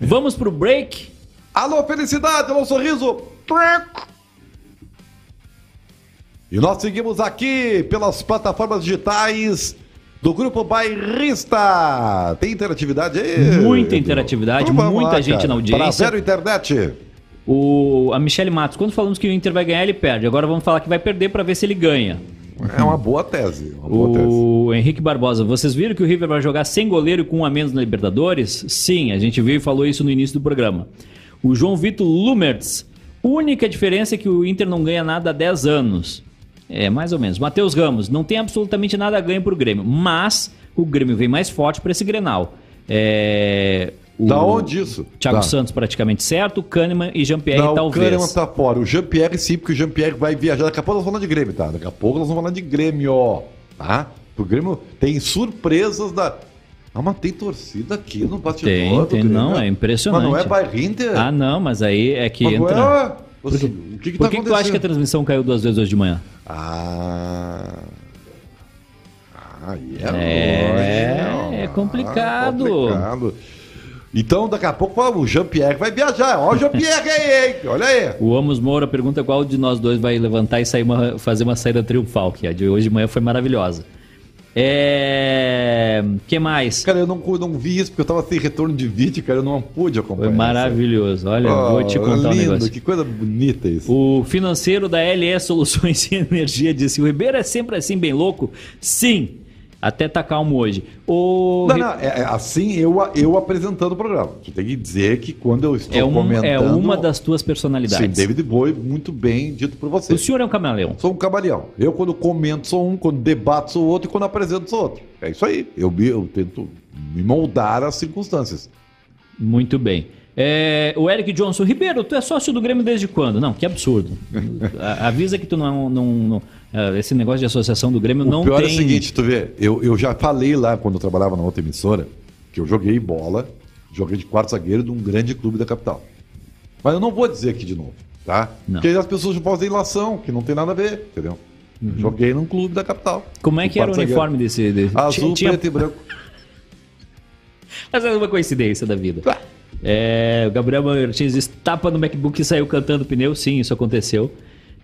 S1: Vamos pro break.
S2: Alô, felicidade, alô, sorriso. E nós seguimos aqui pelas plataformas digitais do Grupo Bairrista. Tem interatividade aí?
S1: Muita
S2: Edu?
S1: interatividade,
S2: vamos
S1: muita gente na audiência.
S2: Para zero internet.
S1: O, a Michelle Matos, quando falamos que o Inter vai ganhar, ele perde. Agora vamos falar que vai perder pra ver se ele ganha.
S2: É uma boa tese. Uma boa tese.
S1: O Henrique Barbosa, vocês viram que o River vai jogar sem goleiro e com um a menos na Libertadores? Sim, a gente veio e falou isso no início do programa. O João Vitor Lumertz, única diferença é que o Inter não ganha nada há 10 anos. É, mais ou menos. Matheus Ramos, não tem absolutamente nada a ganho pro Grêmio, mas o Grêmio vem mais forte para esse Grenal. É, o
S2: Da onde isso?
S1: Thiago
S2: Tá.
S1: Santos praticamente certo, Kahneman e Jean-Pierre
S2: Não, o
S1: talvez.
S2: Kahneman tá fora. O Jean-Pierre sim, porque o Jean-Pierre vai viajar. Daqui a pouco nós vamos falar de Grêmio, tá? Daqui a pouco nós vamos falar de Grêmio, ó. Tá? O Grêmio tem surpresas da... Ah, mas tem torcida aqui no bastidor
S1: Tem,
S2: do
S1: tem,
S2: Grêmio.
S1: não, é impressionante.
S2: Mas não é bairro Inter?
S1: Ah, não, mas aí é que
S2: Mas não
S1: entra...
S2: é- Você- o que que
S1: Por
S2: tá
S1: que, que tu acha que tá- a
S2: acontecendo?
S1: transmissão caiu duas vezes hoje de manhã?
S2: Ah... Ah,
S1: É,
S2: longe,
S1: é
S2: ó.
S1: complicado.
S2: Ah, complicado. Então, daqui a pouco ó, o Jean-Pierre vai viajar. Ó o Jean-Pierre aí, hein? Olha aí.
S1: O Amos Moura pergunta qual de nós dois vai levantar e sair uma- fazer uma saída triunfal, que a de hoje de manhã foi maravilhosa. É. que mais?
S2: Cara, eu não, eu não vi isso porque eu tava sem retorno de vídeo, cara. Eu não pude acompanhar.
S1: Foi maravilhoso. Olha,
S2: Isso.
S1: vou te
S2: Oh,
S1: contar um
S2: lindo,
S1: negócio.
S2: Que coisa bonita isso.
S1: O financeiro da LE Soluções e Energia disse: o Ribeiro é sempre assim, bem louco? Sim. Até tá calmo hoje. O...
S2: Não, não, é, é assim eu, eu apresentando o programa. Tu tem que dizer que quando eu estou
S1: é, um,
S2: comentando.
S1: é uma das tuas
S2: Sim,
S1: personalidades.
S2: David Bowie, muito bem dito por você.
S1: o senhor é um camaleão.
S2: Sou um camaleão. Eu, quando comento, sou um, quando debato, sou outro, e quando apresento, sou outro. É isso aí. Eu, me- eu tento me moldar às circunstâncias.
S1: Muito bem. É, o Eric Johnson Ribeiro, tu é sócio do Grêmio desde quando? Não, que absurdo. A- avisa que tu não, é um, não, não- ah, esse negócio de associação do Grêmio não
S2: o pior
S1: tem.
S2: é o seguinte, tu vê, eu, eu já falei lá quando eu trabalhava na outra emissora que eu joguei bola, joguei de quarto zagueiro de um grande clube da capital. Mas eu não vou dizer aqui de novo, tá?
S1: Não.
S2: Porque aí as pessoas fazem ilação, que não tem nada a ver, entendeu?
S1: Uhum.
S2: Eu Joguei num clube da capital.
S1: Como é
S2: de
S1: que era o
S2: quarto zagueiro.
S1: uniforme desse? desse-
S2: Azul,
S1: tinha,
S2: preto e branco.
S1: Mas é uma coincidência da vida. É, o Gabriel Martins diz, tapa no MacBook e saiu cantando pneu. Sim, isso aconteceu.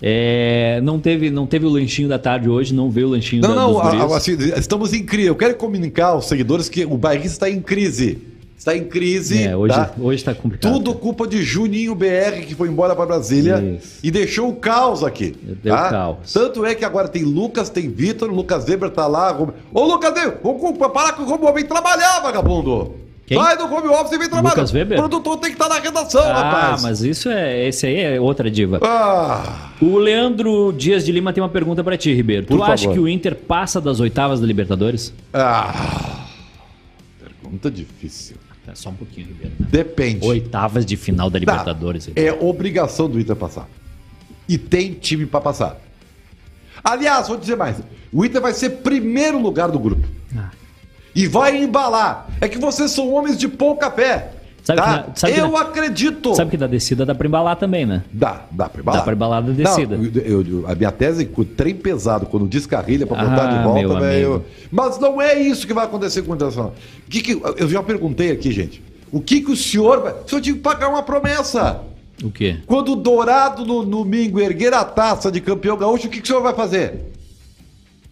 S1: É, não, teve, não teve o lanchinho da tarde hoje, não veio o lanchinho
S2: Não,
S1: da,
S2: não,
S1: dos
S2: a-
S1: guris.
S2: a- assim, estamos em crise. Eu quero comunicar aos seguidores que o bairrista está em crise. Está em crise.
S1: É, hoje,
S2: tá?
S1: hoje tá complicado.
S2: Tudo culpa de Juninho BR, que foi embora para Brasília
S1: Isso.
S2: e deixou o caos aqui.
S1: Deu caos.
S2: Tanto é que agora tem Lucas, tem Vitor, Lucas Weber tá lá. Rome- Ô, Lucas Weber, vamos com- parar com o home office vem trabalhar, vagabundo!
S1: Quem?
S2: Sai do home office e vem trabalhar.
S1: Lucas Weber?
S2: O produtor tem que estar na redação,
S1: Ah,
S2: rapaz.
S1: mas isso é. Esse aí é outra diva.
S2: Ah,
S1: O Leandro Dias de Lima tem uma pergunta pra ti, Ribeiro.
S2: Por
S1: tu acha
S2: favor.
S1: que o Inter passa das oitavas da Libertadores?
S2: ah. Pergunta difícil.
S1: Tá, só um pouquinho, Ribeiro.
S2: Depende.
S1: Oitavas de final da
S2: Tá.
S1: Libertadores. então. Ribeiro.
S2: É obrigação do Inter passar. E tem time pra passar. Aliás, vou dizer mais. O Inter vai ser primeiro lugar do grupo.
S1: Ah.
S2: E vai embalar. É que vocês são homens de pouca fé.
S1: Sabe
S2: tá?
S1: que na- sabe que
S2: Eu
S1: na-
S2: acredito.
S1: Sabe que da descida dá pra embalar também, né?
S2: Dá, dá pra embalar.
S1: Dá pra embalar da descida.
S2: Tá. Não, eu- eu- a minha tese é que o trem pesado, quando descarrilha pra botar
S1: Ah,
S2: de
S1: meu
S2: volta, velho.
S1: amigo.
S2: Mas não é isso que vai acontecer com o Internacional. O que que- eu já perguntei aqui, gente. O que, que o senhor. vai- O senhor tinha que pagar uma promessa.
S1: O quê?
S2: Quando o Dourado no domingo erguer a taça de campeão gaúcho, o que, que o senhor vai fazer?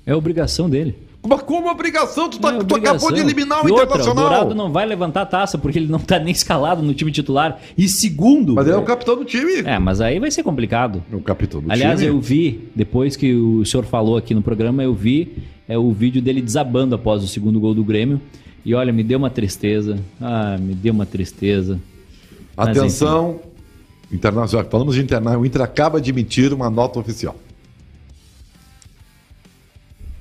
S1: É obrigação dele.
S2: Mas como obrigação? Tu, tá-
S1: Não é
S2: tu acabou
S1: obrigação.
S2: de eliminar o
S1: E outra, O
S2: Internacional.
S1: Dourado não vai levantar a taça porque ele não tá nem escalado no time titular. E segundo.
S2: Mas ele é o capitão do time.
S1: É, mas aí vai ser complicado.
S2: É o capitão do
S1: Aliás,
S2: time.
S1: eu vi, depois que o senhor falou aqui no programa, eu vi é, o vídeo dele desabando após o segundo gol do Grêmio. E olha, me deu uma tristeza. Ah, me deu uma tristeza. Mas
S2: Atenção, internacional. Falamos de internacional. O Inter acaba de emitir uma nota oficial.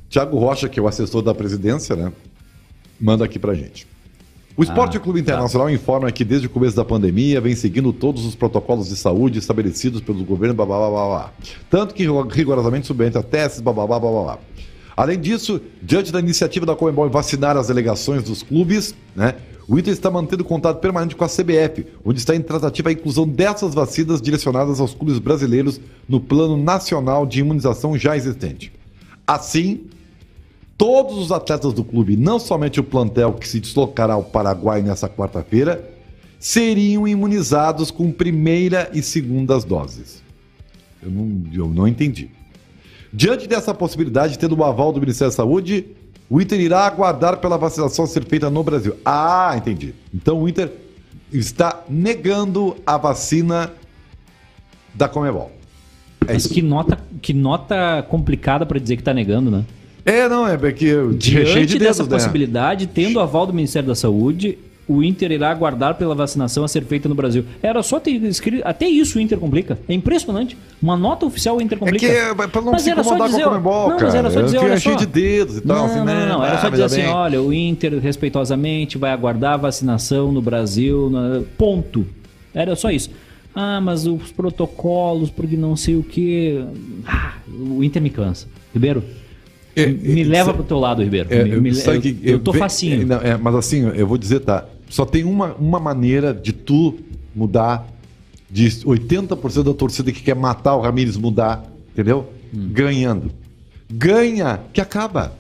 S2: Tiago Rocha, que é o assessor da presidência, né? Manda aqui pra gente. O Esporte Clube Internacional informa que desde o começo da pandemia vem seguindo todos os protocolos de saúde estabelecidos pelo governo, blá, blá, blá, blá, blá. tanto que rigorosamente submete a testes, blá, blá, blá, blá, blá, blá. Além disso, diante da iniciativa da Comembol em vacinar as delegações dos clubes, né, o Inter está mantendo contato permanente com a CBF, onde está em tratativa a inclusão dessas vacinas direcionadas aos clubes brasileiros no plano nacional de imunização já existente. Assim, todos os atletas do clube, não somente o plantel que se deslocará ao Paraguai nessa quarta-feira, seriam imunizados com primeira e segundas doses. Eu não, eu não entendi. Diante dessa possibilidade, tendo o aval do Ministério da Saúde, o Inter irá aguardar pela vacinação ser feita no Brasil. Ah, entendi. Então o Inter está negando a vacina da Comebol. É
S1: Mas
S2: isso.
S1: que nota, que nota complicada pra dizer que tá negando, né?
S2: É, não, é porque
S1: Diante
S2: cheio de
S1: dessa
S2: dedos, né?
S1: possibilidade, tendo aval do Ministério da Saúde, o Inter irá aguardar pela vacinação a ser feita no Brasil. Era só ter escrito. Até isso o Inter complica. É impressionante. Uma nota oficial o Inter
S2: É
S1: complica.
S2: que é pra não
S1: Mas
S2: se
S1: era só
S2: incomodar com
S1: dizer,
S2: a
S1: ó,
S2: Comebol,
S1: não,
S2: cara.
S1: mas era só dizer,
S2: Fica
S1: olha
S2: cheio
S1: só.
S2: de dedos e tal.
S1: Não,
S2: assim,
S1: não, não, não.
S2: ah,
S1: Era só
S2: mas
S1: dizer
S2: é
S1: assim,
S2: bem.
S1: olha, o Inter respeitosamente vai aguardar vacinação no Brasil, na- ponto. Era só isso. Ah, mas os protocolos, porque não sei o que. o Inter me cansa. Ribeiro,
S2: É,
S1: me
S2: é,
S1: leva
S2: sa-
S1: pro teu lado, Ribeiro.
S2: É,
S1: Me- me le-
S2: sabe que-
S1: eu, eu tô
S2: ve-
S1: facinho.
S2: é, não, é, mas assim, eu vou dizer, tá? Só tem uma, uma maneira de tu mudar, de 80% da torcida que quer matar o Ramires mudar, entendeu?
S1: Hum.
S2: Ganhando. Ganha, que acaba.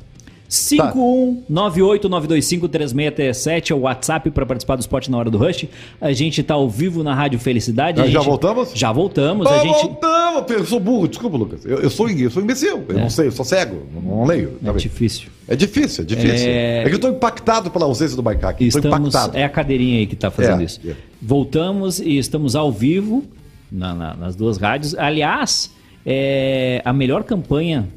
S1: 51989253637 é o WhatsApp para participar do Esporte na Hora do Rush. A gente tá ao vivo na Rádio Felicidade. A
S2: Nós Ah, já
S1: gente-
S2: voltamos?
S1: Já voltamos.
S2: Ah,
S1: a gente...
S2: voltamos, eu sou burro, desculpa, Lucas. Eu, eu sou, eu sou imbecil, eu não sei, eu sou cego, eu não leio.
S1: É
S2: tá bem?
S1: difícil.
S2: É difícil, é difícil.
S1: É-
S2: É, que eu tô impactado pela ausência do Baikaki. Estou
S1: Estamos,
S2: impactado.
S1: é a cadeirinha aí que está fazendo
S2: É,
S1: isso.
S2: é.
S1: Voltamos e estamos ao vivo na- na- nas duas rádios. Aliás, é, a melhor campanha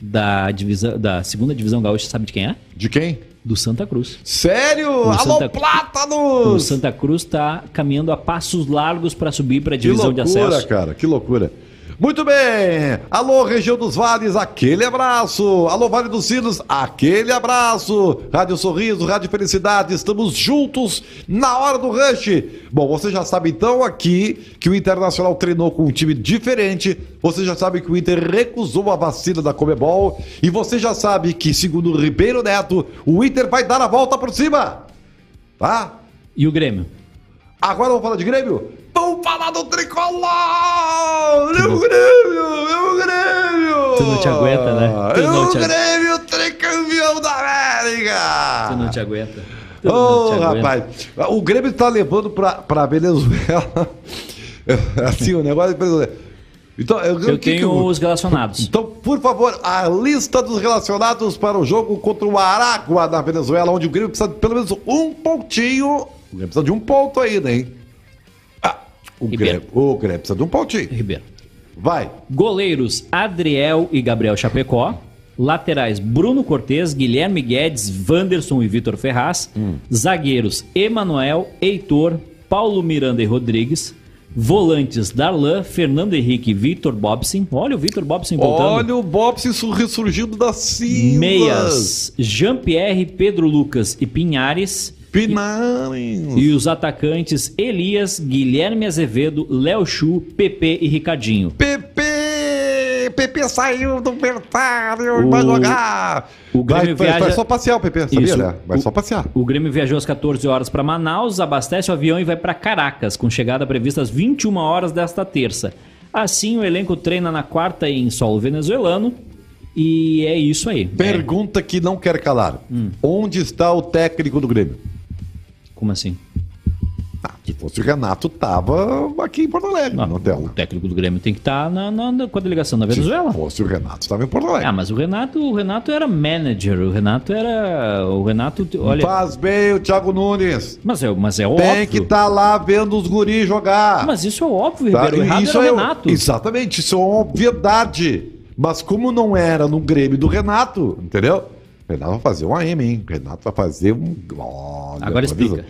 S1: da, divisa, da segunda divisão gaúcha, sabe de quem é?
S2: De quem?
S1: Do Santa Cruz.
S2: Sério?
S1: O
S2: Alô,
S1: Santa- O
S2: Plátanos!
S1: Santa Cruz está caminhando a passos largos para subir para a divisão
S2: que
S1: de
S2: loucura,
S1: acesso.
S2: cara, que loucura. Muito bem! Alô, região dos vales, aquele abraço! Alô, Vale dos Sinos, aquele abraço! Rádio Sorriso, Rádio Felicidade, estamos juntos na hora do rush! Bom, você já sabe então aqui que o Internacional treinou com um time diferente, você já sabe que o Inter recusou a vacina da Comebol, e você já sabe que, segundo o Ribeiro Neto, o Inter vai dar a volta por cima! Tá?
S1: E o Grêmio?
S2: Agora vamos falar de Grêmio? Vamos falar do tricolor! Meu Grêmio! Meu Grêmio!
S1: Tu não te aguenta, né? Tu
S2: Meu
S1: não te agu-
S2: Grêmio tricampeão da América!
S1: Tu não te aguenta. Tu
S2: Ô,
S1: não te aguenta.
S2: rapaz, o Grêmio tá levando pra, pra Venezuela. assim, o negócio é impressionante. Então, eu,
S1: Eu
S2: o que que
S1: tenho os relacionados.
S2: então, por favor, a lista dos relacionados para o jogo contra o Aragua na Venezuela, onde o Grêmio precisa de pelo menos um pontinho. O Grêmio precisa de um ponto ainda, hein? Ah, o,
S1: Ribeiro.
S2: Grêmio, o Grêmio precisa de um pontinho.
S1: Ribeiro.
S2: Vai.
S1: Goleiros Adriel e Gabriel Chapecó. Laterais Bruno Cortes, Guilherme Guedes, Wanderson e Vitor Ferraz.
S2: Hum.
S1: Zagueiros Emanuel, Heitor, Paulo Miranda e Rodrigues. Volantes Darlan, Fernando Henrique e Vitor Bobson. Olha o Vitor Bobson voltando.
S2: Olha o Bobson sur- ressurgindo das cinzas.
S1: Meias Jean-Pierre, Pedro Lucas e Pinhares.
S2: Pinares.
S1: E os atacantes Elias, Guilherme Azevedo, Léo Chu, Pepe e Ricardinho.
S2: PP! PP saiu do Bertário,
S1: O-
S2: vai jogar!
S1: o
S2: vai,
S1: Grêmio
S2: vai- vai
S1: viaja-
S2: só passear o PP, sabia?
S1: Isso.
S2: né? Vai
S1: O-
S2: só passear.
S1: O Grêmio viajou às 14 horas para Manaus, abastece o avião e vai para Caracas, com chegada prevista às 21 horas desta terça. Assim, o elenco treina na quarta em solo venezuelano. E é isso aí. É,
S2: Pergunta que não quer calar.
S1: Hum.
S2: Onde está o técnico do Grêmio?
S1: como assim?
S2: Ah, se fosse o Renato, tava aqui em Porto Alegre,
S1: Ah,
S2: no hotel.
S1: o
S2: né?
S1: técnico do Grêmio tem que estar na, na- na- com a delegação da Venezuela.
S2: Se fosse o Renato, tava em Porto Alegre.
S1: Ah, mas o Renato, o Renato era manager, o Renato era. O Renato, olha.
S2: Faz bem o Thiago Nunes.
S1: Mas é, mas é
S2: Tem
S1: óbvio.
S2: que tá- estar lá vendo os guris jogar.
S1: Mas isso é óbvio,
S2: Tá?
S1: Ribeiro. O errado era o
S2: é o-
S1: Renato.
S2: Exatamente, isso é uma obviedade. Mas como não era no Grêmio do Renato, entendeu? O Renato vai fazer um AM, hein? O Renato vai fazer um. Olha,
S1: Agora explica.
S2: coisa.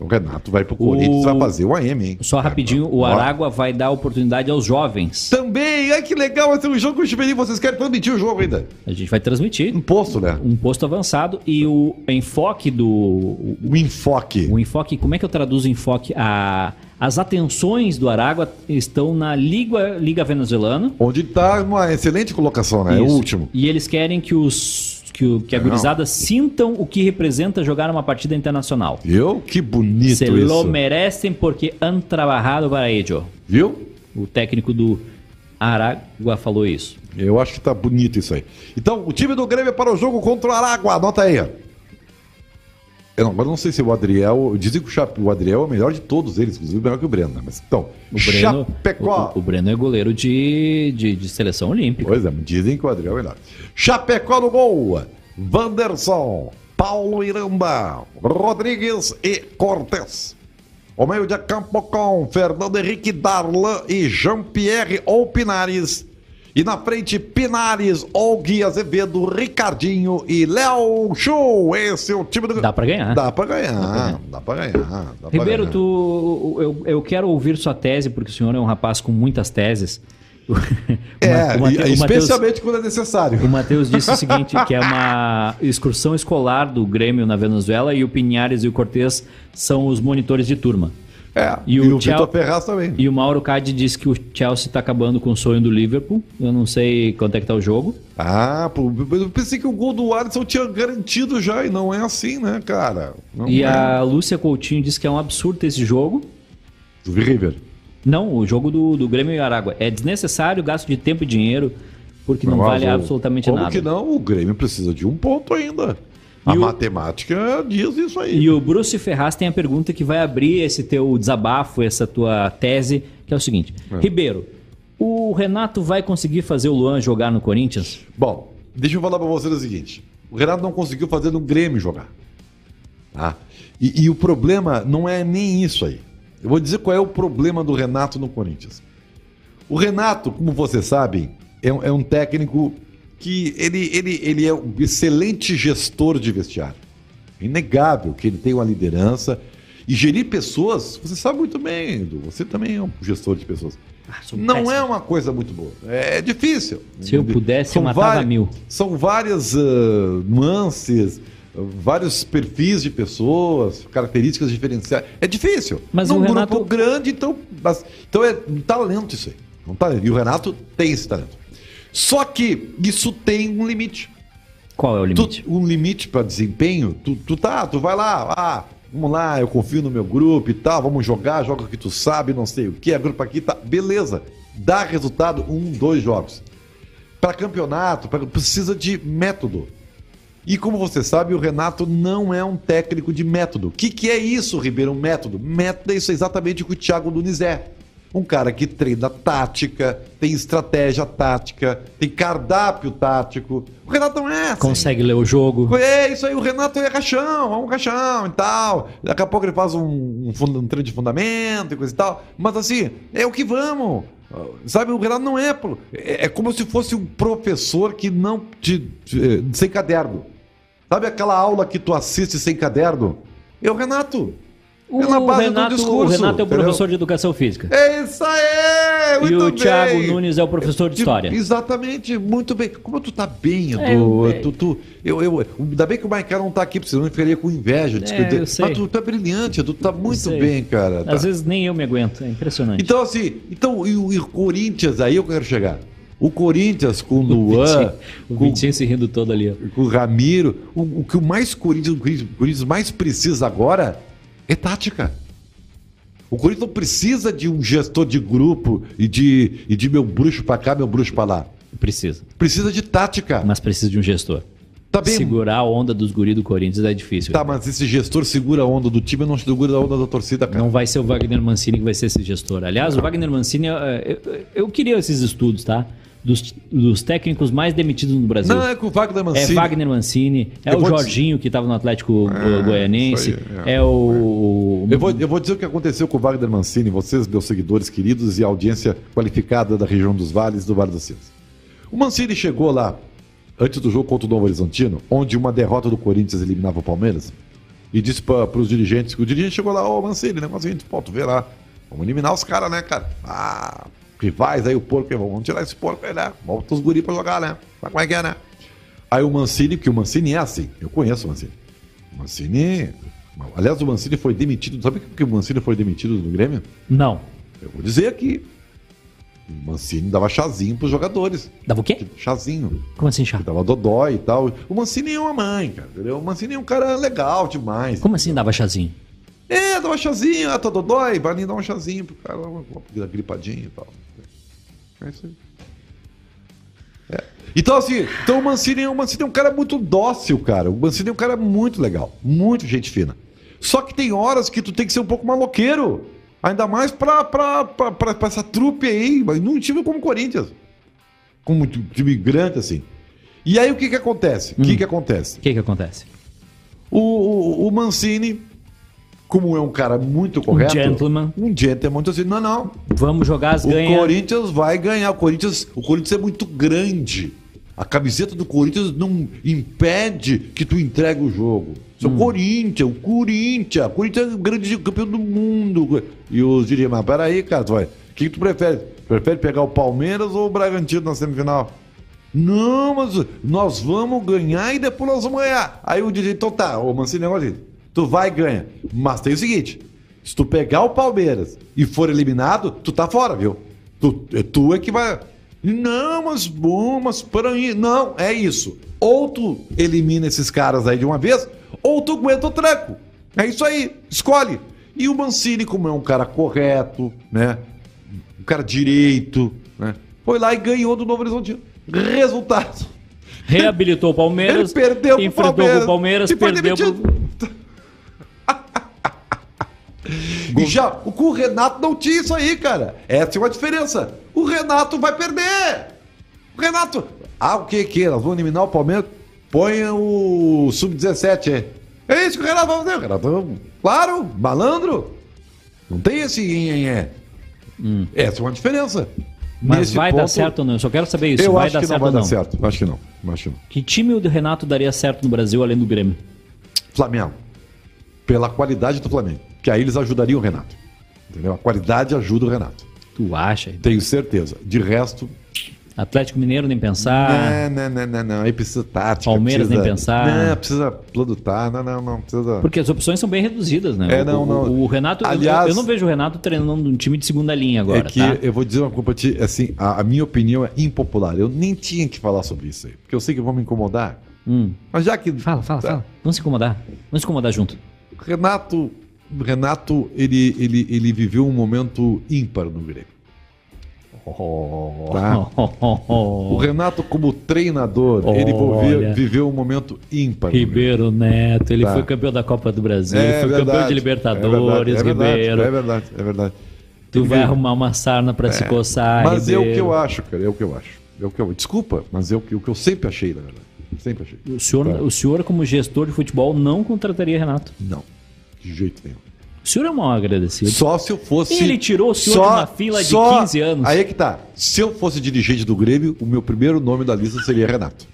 S2: O Renato vai pro Corinthians,
S1: O-
S2: vai fazer um AM, hein?
S1: Só rapidinho, o
S2: Ó.
S1: Aragua vai dar oportunidade aos jovens.
S2: Também, ai que legal, vai ter um jogo juvenil, vocês querem transmitir o jogo ainda.
S1: A gente vai transmitir
S2: Imposto, né?
S1: um posto avançado e o enfoque do. o-
S2: O Um, enfoque.
S1: O enfoque, como é que eu traduzo enfoque? A, as atenções do Aragua estão na Liga, Liga Venezuelana.
S2: Onde tá uma excelente colocação, né? É o
S1: Isso.
S2: último.
S1: E eles querem que os. Que, o- que a
S2: Não.
S1: gurizada sintam o que representa jogar uma partida internacional.
S2: Viu? Que bonito
S1: Se lo
S2: isso.
S1: merecem porque han trabajado para ello.
S2: Viu?
S1: O técnico do Aragua falou isso.
S2: Eu acho que tá bonito isso aí. Então, o time do Grêmio é para o jogo contra o Aragua. Anota aí. ó. Eu não, agora não sei se o Adriel. Dizem que o, Chap- o Adriel é o melhor de todos eles, inclusive melhor que o Breno, né? Mas então,
S1: O Breno,
S2: Chapecó.
S1: o, o Breno é goleiro de, de, de seleção olímpica.
S2: Pois é, dizem que o Adriel é o melhor. Chapecó no gol. Wanderson, Paulo Iramba, Rodrigues e Cortes. O meio de campo com Fernando Henrique Darlan e Jean-Pierre ou Pinares. E na frente, Pinares, Olgui Azevedo, Ricardinho e Léo Show. Esse é o time do.
S1: Dá pra ganhar.
S2: Dá pra ganhar. Dá pra ganhar. dá pra
S1: Ribeiro,
S2: ganhar.
S1: tu, eu, eu quero ouvir sua tese, porque o senhor é um rapaz com muitas teses. O Ma-
S2: É,
S1: né? o Mate-
S2: e-
S1: o Mateus-
S2: especialmente quando é necessário.
S1: O Matheus disse o seguinte, que é uma excursão escolar do Grêmio na Venezuela e o Pinhares e o Cortez são os monitores de turma.
S2: É,
S1: E
S2: e
S1: o
S2: o, Vitor
S1: Thiago-
S2: Ferraz também.
S1: E o Mauro Cade disse que o Chelsea tá acabando com o sonho do Liverpool. Eu não sei quanto é que tá o jogo.
S2: Ah, pô, eu pensei que o gol do Alisson tinha garantido já, e não é assim, né, cara? Não
S1: E
S2: é.
S1: a Lúcia Coutinho disse que é um absurdo esse jogo.
S2: Do River.
S1: Não, o jogo do, do Grêmio e Aragua. É desnecessário gasto de tempo e dinheiro, porque não,
S2: Mas
S1: vale
S2: o-
S1: absolutamente
S2: como
S1: nada.
S2: que não? O Grêmio precisa de um ponto ainda. a
S1: E o-
S2: matemática diz isso aí.
S1: E o Bruce Ferraz tem a pergunta que vai abrir esse teu desabafo, essa tua tese, que é o seguinte: Ribeiro, o Renato vai conseguir fazer o Luan jogar no Corinthians?
S2: Bom, deixa eu falar pra vocês o seguinte. O Renato não conseguiu fazer no Grêmio jogar. Tá? E, e o problema não é nem isso aí. Eu vou dizer qual é o problema do Renato no Corinthians. O Renato, como vocês sabem, é, um- é um técnico que ele, ele, ele é um excelente gestor de vestiário. É inegável que ele tem uma liderança. E gerir pessoas, você sabe muito bem, Edu, você também é um gestor de pessoas.
S1: Ah, sou
S2: Não
S1: péssimo.
S2: é uma coisa muito boa. É difícil.
S1: Se eu pudesse, eu
S2: São
S1: matava
S2: vari-
S1: mil.
S2: São várias ah, nuances, ah, vários perfis de pessoas, características diferenciais. É difícil.
S1: Mas
S2: Num
S1: o Renato-
S2: grupo grande, então. mas- então é um talento isso aí. Um talento. E o Renato tem esse talento. Só que isso tem um limite.
S1: Qual é o
S2: Tu-
S1: limite?
S2: um limite para desempenho, tu, tu tá, tu vai lá, ah, vamos lá, eu confio no meu grupo e tal, vamos jogar, joga o que tu sabe, não sei o que, a grupo aqui tá, beleza. Dá resultado um, dois jogos. Para campeonato, pra- precisa de método. E como você sabe, o Renato não é um técnico de método. O que, que é isso, Ribeiro? Um método? Método é isso exatamente o que o Thiago Nunes é. Um cara que treina tática, tem estratégia tática, tem cardápio tático. O Renato não é assim.
S1: Consegue ler o jogo?
S2: É, isso aí, o Renato é rachão, é um rachão e tal. Daqui a pouco ele faz um, um, fun- um treino de fundamento e coisa e tal. Mas assim, é o que vamos. Sabe, o Renato não é. pro- É, é como se fosse um professor que não te. te- eh, sem caderno. Sabe aquela aula que tu assiste sem caderno? É o Renato.
S1: O
S2: É na base do
S1: Renato, o
S2: discurso,
S1: Renato é o
S2: entendeu?
S1: professor de educação física.
S2: É isso aí!
S1: e
S2: Muito
S1: o
S2: bem.
S1: Thiago Nunes é o professor de história.
S2: Exatamente, muito bem. Como tu tá bem,
S1: É,
S2: Edu?
S1: eu-
S2: tu, tu, eu, eu, ainda bem que o Maicon não tá aqui, porque senão eu ficaria com inveja. de
S1: É,
S2: esconder.
S1: eu sei.
S2: Mas tu, tu é brilhante, Edu, tu tá muito
S1: sei.
S2: bem, cara. Tá.
S1: Às vezes nem eu me aguento, é impressionante.
S2: Então, assim, então, e o e o Corinthians, aí eu quero chegar. O Corinthians com Então, o Luan,
S1: o um.
S2: com,
S1: Vitinho se rindo todo ali. ó.
S2: com o Ramiro, o, o que o mais Corinthians, o Corinthians, o Corinthians mais precisa agora é tática. O Corinthians não precisa de um gestor de grupo e de, e de meu bruxo pra cá, meu bruxo pra lá.
S1: Precisa,
S2: Precisa de tática.
S1: mas precisa de um gestor.
S2: Tá bem.
S1: Segurar a onda dos guri do Corinthians é difícil.
S2: Tá, mas esse gestor segura a onda do time e não segura a onda da torcida, cara.
S1: Não vai ser o Wagner Mancini que vai ser esse gestor. Aliás, o Wagner Mancini, eh, eu, eu queria esses estudos, tá? Dos, dos técnicos mais demitidos no Brasil.
S2: Não, é com o Wagner
S1: É
S2: Mancini.
S1: Wagner Mancini, é
S2: Eu
S1: o
S2: vou te- Ah,
S1: Jorginho que estava no Atlético eh, Goianiense,
S2: isso aí,
S1: é, o.
S2: Eu vou, eu vou dizer o que aconteceu com o Wagner Mancini, vocês, meus seguidores queridos e audiência qualificada da região dos vales do Vale dos Sinos. O Mancini chegou lá, antes do jogo contra o Novo Horizontino, onde uma derrota do Corinthians eliminava o Palmeiras, e disse para os dirigentes, que o dirigente chegou lá, ô Mancini, negócio é seguinte, pô, tu vê lá, vamos eliminar os caras, né, cara? Ah, rivais aí, o porco, vamos tirar esse porco aí, né? Volta os guri pra jogar, né? Sabe como é que é, né? Aí o Mancini, que o Mancini é assim, eu conheço o Mancini. O Mancini. Aliás, o Mancini foi demitido. Sabe por que o Mancini foi demitido do Grêmio?
S1: Não.
S2: Eu vou dizer aqui. O Mancini dava chazinho pros jogadores.
S1: Dava o quê?
S2: Chazinho.
S1: Como assim, chá?
S2: Que dava dodói e tal. O Mancini é uma mãe, cara. Entendeu? O Mancini é um cara legal demais.
S1: Como assim dava chazinho?
S2: É, dá um chazinho, ah, tá dodói, vai ali dar um chazinho pro cara, uma, uma gripadinha e tal. É isso aí. É. Então, assim, então o Mancini, é- o Mancini é um cara muito dócil, cara. O Mancini é um cara muito legal, muito gente fina. Só que tem horas que tu tem que ser um pouco maloqueiro. Ainda mais pra, pra, pra, pra, pra essa trupe aí, mas num time como o Corinthians. Como um time grande, assim. E aí o que que acontece? O que que acontece?
S1: O que que acontece?
S2: O, o, o Mancini, como é um cara muito correto.
S1: gentleman.
S2: Um gentleman, então assim, não, não.
S1: Vamos jogar as
S2: O
S1: ganhas.
S2: Corinthians vai ganhar. O Corinthians, o Corinthians é muito grande. A camiseta do Corinthians não impede que tu entregue o jogo. Isso é o Corinthians, o Corinthians. O Corinthians é o grande campeão do mundo. E os diriam, mas peraí, cara, tu vai. O que, que tu prefere? Prefere pegar o Palmeiras ou o Bragantino na semifinal? Não, mas nós vamos ganhar e depois nós vamos ganhar. Aí o DJ, então tá, ô Mancini, negócio assim, tu vai e ganha. Mas tem o seguinte: se tu pegar o Palmeiras e for eliminado, tu tá fora, viu? Tu, tu é que vai. Não, mas bom, mas peraí. Não, é isso. Ou tu elimina esses caras aí de uma vez, ou tu aguenta o tranco. É isso aí, escolhe. E o Mancini, como é um cara correto, né? um cara direito, né? Foi lá e ganhou do Novo Horizontino. Resultado.
S1: Reabilitou o Palmeiras.
S2: Ele perdeu pro
S1: enfrentou
S2: Palmeiras. Tipo,
S1: o Palmeiras,
S2: E foi
S1: perdeu pro...
S2: E já o, o Renato não tinha isso aí, cara. Essa é uma diferença. O Renato vai perder. O Renato. Ah, o que que? Nós vamos eliminar o Palmeiras. Põe o Sub-17 aí. É isso que o Renato vai fazer. O Renato, claro, malandro. Não tem esse. nhenhenhé. Essa é uma diferença.
S1: Mas
S2: Nesse
S1: vai dar
S2: ponto,
S1: certo ou não? Eu só quero saber isso.
S2: Eu
S1: Hum. vai
S2: acho
S1: dar
S2: que não
S1: certo
S2: vai
S1: ou não?
S2: dar certo. Eu Acho que não. Imagino.
S1: Que time o Renato daria certo no Brasil além do Grêmio?
S2: Flamengo. Pela qualidade do Flamengo. Que aí eles ajudariam o Renato. Entendeu? A qualidade ajuda o Renato.
S1: Tu acha?
S2: Tenho certeza. De resto, né,
S1: Atlético Mineiro nem pensar.
S2: não, não, não, não, não. Aí precisa tática.
S1: Ah. Palmeiras
S2: precisa,
S1: nem pensar.
S2: Não, precisa produtar. Não, não, não. Precisa.
S1: Porque as opções são bem reduzidas, né?
S2: É,
S1: O-
S2: não,
S1: o,
S2: não.
S1: o Renato, eu-
S2: Aliás-
S1: eu, não vejo o Renato treinando um time de segunda linha agora,
S2: é que
S1: tá?
S2: eu vou dizer uma coisa pra ti, assim, a, a minha opinião é impopular. Eu nem tinha que falar sobre isso aí, porque eu sei que vão me incomodar.
S1: Hum.
S2: Mas já que
S1: Fala, fala,
S2: Tá.
S1: fala. Vamos se incomodar. Vamos se incomodar junto.
S2: Renato, Renato, ele, ele, ele viveu um momento ímpar no Grêmio.
S1: Oh.
S2: Tá? O Renato, como treinador, ele
S1: Olha.
S2: vive- viveu um momento ímpar. no Grêmio.
S1: Ribeiro Neto, ele
S2: Tá. É
S1: foi campeão da Copa do Brasil, ele foi campeão de
S2: verdade,
S1: Libertadores,
S2: é verdade,
S1: Ribeiro.
S2: É verdade, é verdade.
S1: Tu
S2: Ele
S1: vai
S2: vive-
S1: arrumar uma sarna pra se coçar.
S2: Mas é o que eu
S1: Ribeiro.
S2: acho, cara, é o que eu acho. É o que eu, desculpa, mas é o que, o que eu sempre achei, na verdade. Sempre achei.
S1: O senhor,
S2: Tá.
S1: o senhor, como gestor de futebol, não contrataria Renato.
S2: Não, de jeito nenhum.
S1: O senhor é mal agradecido.
S2: Só se eu fosse.
S1: Ele tirou o senhor de uma fila de 15 anos.
S2: Aí é que tá. Se eu fosse dirigente do Grêmio, o meu primeiro nome da lista seria Renato.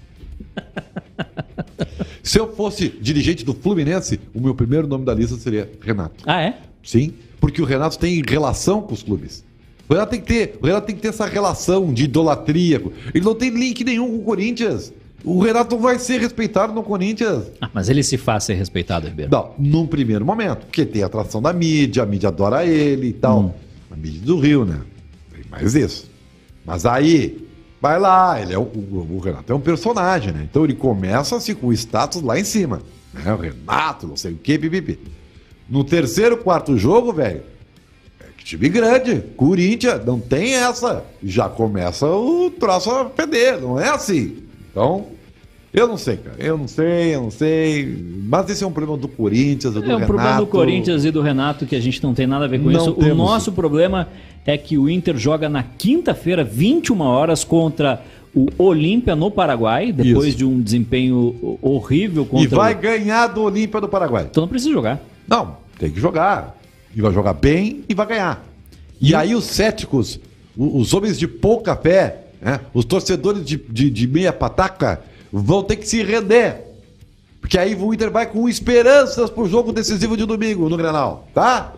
S2: se eu fosse dirigente do Fluminense, o meu primeiro nome da lista seria Renato.
S1: Ah, é?
S2: Sim, porque o Renato tem relação com os clubes. O Renato tem que ter, o Renato tem que ter essa relação de idolatria. Ele não tem link nenhum com o Corinthians. O Renato não vai ser respeitado no Corinthians.
S1: Ah, mas ele se faz ser respeitado, Ribeiro.
S2: Não, num primeiro momento, porque tem a atração da mídia, a mídia adora ele e tal. A mídia do Rio, né? Tem mais isso. Mas aí, vai lá, ele é um- o, o Renato é um personagem, né? Então ele começa assim, com o status lá em cima. Né? O Renato, não sei o quê, pipipi. No terceiro, quarto jogo, velho, é que time grande, Corinthians, não tem essa. Já começa o troço a perder, não é assim. Então, eu não sei, cara. Eu não sei, eu não sei. Mas esse é um problema do Corinthians, do
S1: É um
S2: Renato.
S1: problema do Corinthians e do Renato que a gente não tem nada a ver com
S2: Não
S1: isso.
S2: temos.
S1: O nosso problema é que o Inter joga na quinta-feira, 21 horas, contra o Olímpia no Paraguai, depois
S2: Isso.
S1: de um desempenho ho- horrível contra
S2: E vai
S1: o...
S2: ganhar do Olímpia do Paraguai.
S1: Então não precisa jogar.
S2: Não, tem que jogar. E vai jogar bem e vai ganhar. E aí os céticos, o- os homens de pouca fé, né, os torcedores de, de- de meia pataca, vão ter que se render. Porque aí o Inter vai com esperanças pro jogo decisivo de domingo no Granal, tá?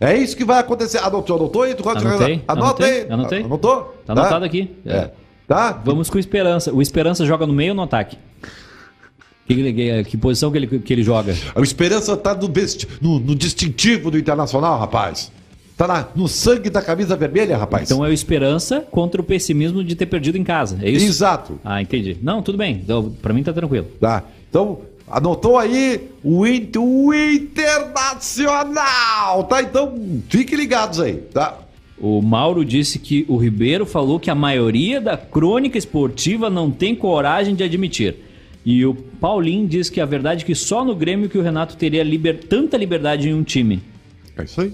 S2: É isso que vai acontecer. Anotou, anotou aí? Tu gosta de
S1: Anotei,
S2: Granal? Anota
S1: anotei,
S2: aí.
S1: anotei.
S2: Anotou?
S1: Tá anotado aqui.
S2: É. Tá?
S1: Vamos com o Esperança. O Esperança joga no meio ou no ataque? Que, que- que posição que ele, que ele joga?
S2: A esperança tá no, besti- no- no distintivo do Internacional, rapaz. Tá na- no sangue da camisa vermelha, rapaz.
S1: Então é o Esperança contra o pessimismo de ter perdido em casa. É isso?
S2: Exato.
S1: Ah, entendi. Não, tudo bem. Então, Pra mim tá tranquilo.
S2: Tá? Então, anotou aí o, in- o Internacional, tá? Então, fiquem ligados aí, tá?
S1: O Mauro disse que o Ribeiro falou que a maioria da crônica esportiva não tem coragem de admitir. E o Paulinho diz que a verdade é que só no Grêmio que o Renato teria liber- tanta liberdade em um time.
S2: É isso aí.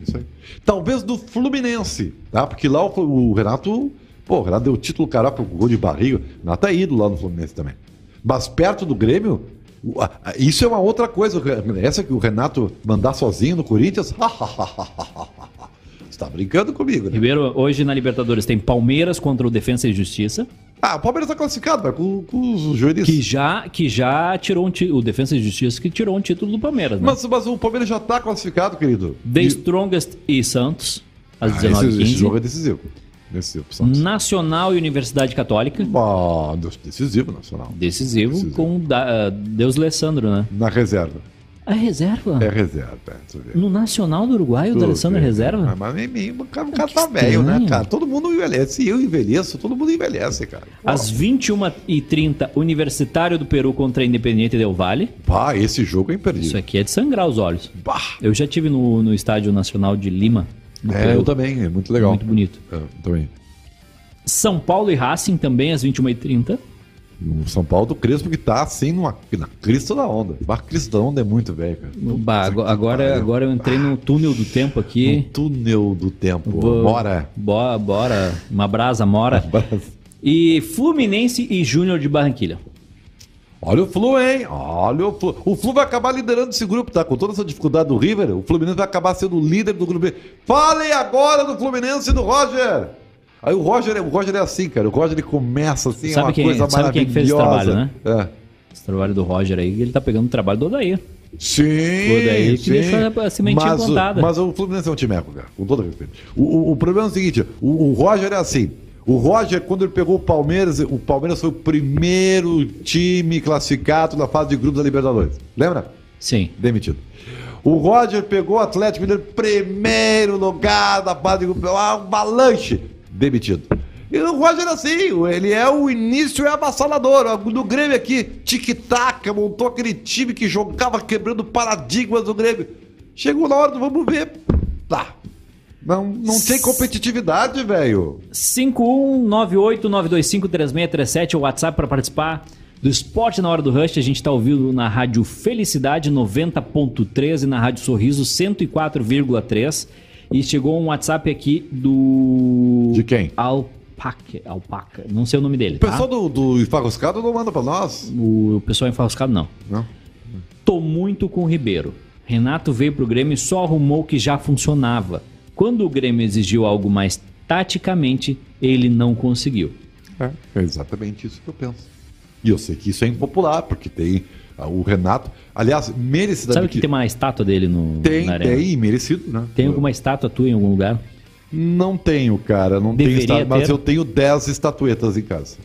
S2: É Isso aí. Talvez do Fluminense, tá? Porque lá o, Flu- o Renato, pô, o Renato deu o título caraca com gol de barriga. O Renato é ídolo lá no Fluminense também. Mas perto do Grêmio, o- a- a- isso é uma outra coisa. O Re- Essa que o Renato mandar sozinho no Corinthians. Você tá brincando comigo, né?
S1: Ribeiro, hoje na Libertadores tem Palmeiras contra o Defensa e Justiça,
S2: Ah, o Palmeiras tá classificado, mas com, com os joelhos.
S1: que já, que já tirou um título. O Defensa e Justiça que tirou um título do Palmeiras, né?
S2: Mas, mas o Palmeiras já tá classificado, querido.
S1: The
S2: E-
S1: Strongest e Santos, às
S2: Ah, esse, esse
S1: 19h15.
S2: jogo é decisivo. Decisivo, Santos.
S1: Nacional e Universidade Católica,
S2: Bah, decisivo, nacional.
S1: decisivo,
S2: Decisivo.
S1: com o da, ah, Deus Alessandro, né?
S2: Na reserva.
S1: A reserva?
S2: É reserva, é. tu vê.
S1: No Nacional do Uruguai, o
S2: Tu
S1: Alessandro é
S2: vê.
S1: reserva?
S2: Ah, Mas nem mim, o cara, o cara
S1: que
S2: tá velho, né,
S1: estranho.
S2: cara? Todo mundo envelhece. E eu envelheço, todo mundo envelhece, cara. Pô,
S1: Às 21h30, Universitário do Peru contra Independiente Del Valle.
S2: Pá, esse jogo é
S1: Isso
S2: imperdível.
S1: aqui é de sangrar os olhos.
S2: Bah.
S1: Eu já tive no, no Estádio Nacional de Lima, do
S2: É, eu também, é muito legal.
S1: Muito bonito.
S2: É, também.
S1: São Paulo e Racing também às 21h30.
S2: O São Paulo do Crespo que tá assim numa, na crista da onda. Bah, A crista da onda é muito velho, cara.
S1: Bah,
S2: Puta que
S1: agora, agora,
S2: pariu.
S1: agora eu entrei no túnel do tempo
S2: No
S1: aqui.
S2: Um túnel do tempo.
S1: Vou-
S2: Bora.
S1: Bora, bora. Uma brasa, mora. E Fluminense e Júnior de Barranquilha.
S2: Olha o Flu, hein? Olha o Flu. O Flu vai acabar liderando esse grupo, tá? Com toda essa dificuldade do River, o Fluminense vai acabar sendo o líder do grupo B. Falem agora do Fluminense e do Roger! Aí o Roger, é- o Roger é assim, cara. O Roger ele começa assim, é
S1: Sabe
S2: uma
S1: quem-
S2: coisa
S1: sabe quem
S2: maravilhosa.
S1: que fez esse trabalho, né?
S2: É.
S1: Esse trabalho do Roger aí, ele tá pegando o trabalho do Odair.
S2: Sim,
S1: daí que
S2: sim.
S1: deixou a sementinha
S2: mas, o-
S1: plantada.
S2: Mas o Fluminense é um time eco, cara, com todo respeito. O, o- o problema é o seguinte, o, o Roger é assim. O Roger, quando ele pegou o Palmeiras, o Palmeiras foi o primeiro time classificado na fase de grupos da Libertadores. Lembra?
S1: Sim.
S2: Demitido. O Roger pegou o Atlético Mineiro, primeiro lugar da fase de grupos, ah, um balanche. Demitido. E o Roger é assim, ele é o início é avassalador. No Grêmio aqui, tic-tac, montou aquele time que jogava quebrando paradigmas do Grêmio. Chegou na hora do vamos ver. Tá. Não, não tem competitividade, velho.
S1: 51989253637 é o WhatsApp para participar do Esporte na Hora do Rush. A gente está ouvindo na Rádio Felicidade 90.3 e na Rádio Sorriso 104,3. E chegou um WhatsApp aqui do.
S2: De quem?
S1: Alpaca. Alpaca. Não sei o nome dele.
S2: O
S1: tá?
S2: pessoal do, do Enfagoscado não manda pra nós.
S1: O pessoal enfarruscado não.
S2: Não.
S1: Tô muito com o Ribeiro. Renato veio pro Grêmio e só arrumou o que já funcionava. Quando o Grêmio exigiu algo mais taticamente, ele não conseguiu.
S2: É, é exatamente isso que eu penso. E eu sei que isso é impopular, porque tem ah, o Renato. Aliás, merecidamente.
S1: Sabe que tem uma estátua dele no
S2: tem,
S1: na arena?
S2: tem, merecido, né?
S1: Tem alguma estátua tua em algum lugar?
S2: Não tenho, cara. Não
S1: Deveria
S2: tenho estatu... Mas
S1: ter.
S2: eu tenho 10 estatuetas em casa.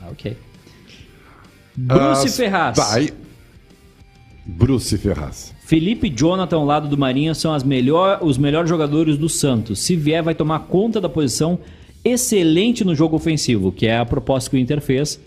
S1: Ah, ok. Bruce
S2: As-
S1: Ferraz.
S2: Vai. Bruce Ferraz.
S1: Felipe e Jonathan ao lado do Marinho são as melhor, os melhores jogadores do Santos. Se vier, vai tomar conta da posição excelente no jogo ofensivo, que é a proposta que o Inter fez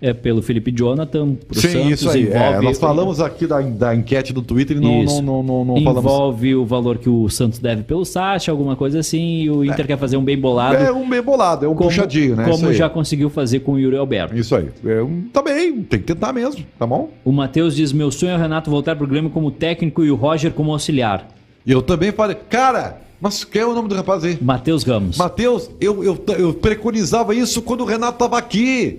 S1: é, pelo Felipe Jonathan, pro
S2: Sim,
S1: Santos,
S2: isso aí. É,
S1: envolve-
S2: nós falamos aqui da, da enquete do Twitter e não,
S1: Isso.
S2: não, não, não, não falamos.
S1: envolve o valor que o Santos deve pelo Sacha, alguma coisa assim, e o Inter quer fazer um bem bolado.
S2: É um bem bolado, é um
S1: como,
S2: puxadinho, né? isso
S1: Como
S2: aí.
S1: já conseguiu fazer com o Yuri Alberto.
S2: Isso aí. É um... Tá bem, tem que tentar mesmo, tá bom?
S1: O Matheus diz: Meu sonho é o Renato voltar pro Grêmio como técnico e o Roger como auxiliar.
S2: E eu também falei, cara, mas qual é o nome do rapaz aí?
S1: Matheus Ramos.
S2: Matheus, eu, eu, eu preconizava isso quando o Renato estava aqui.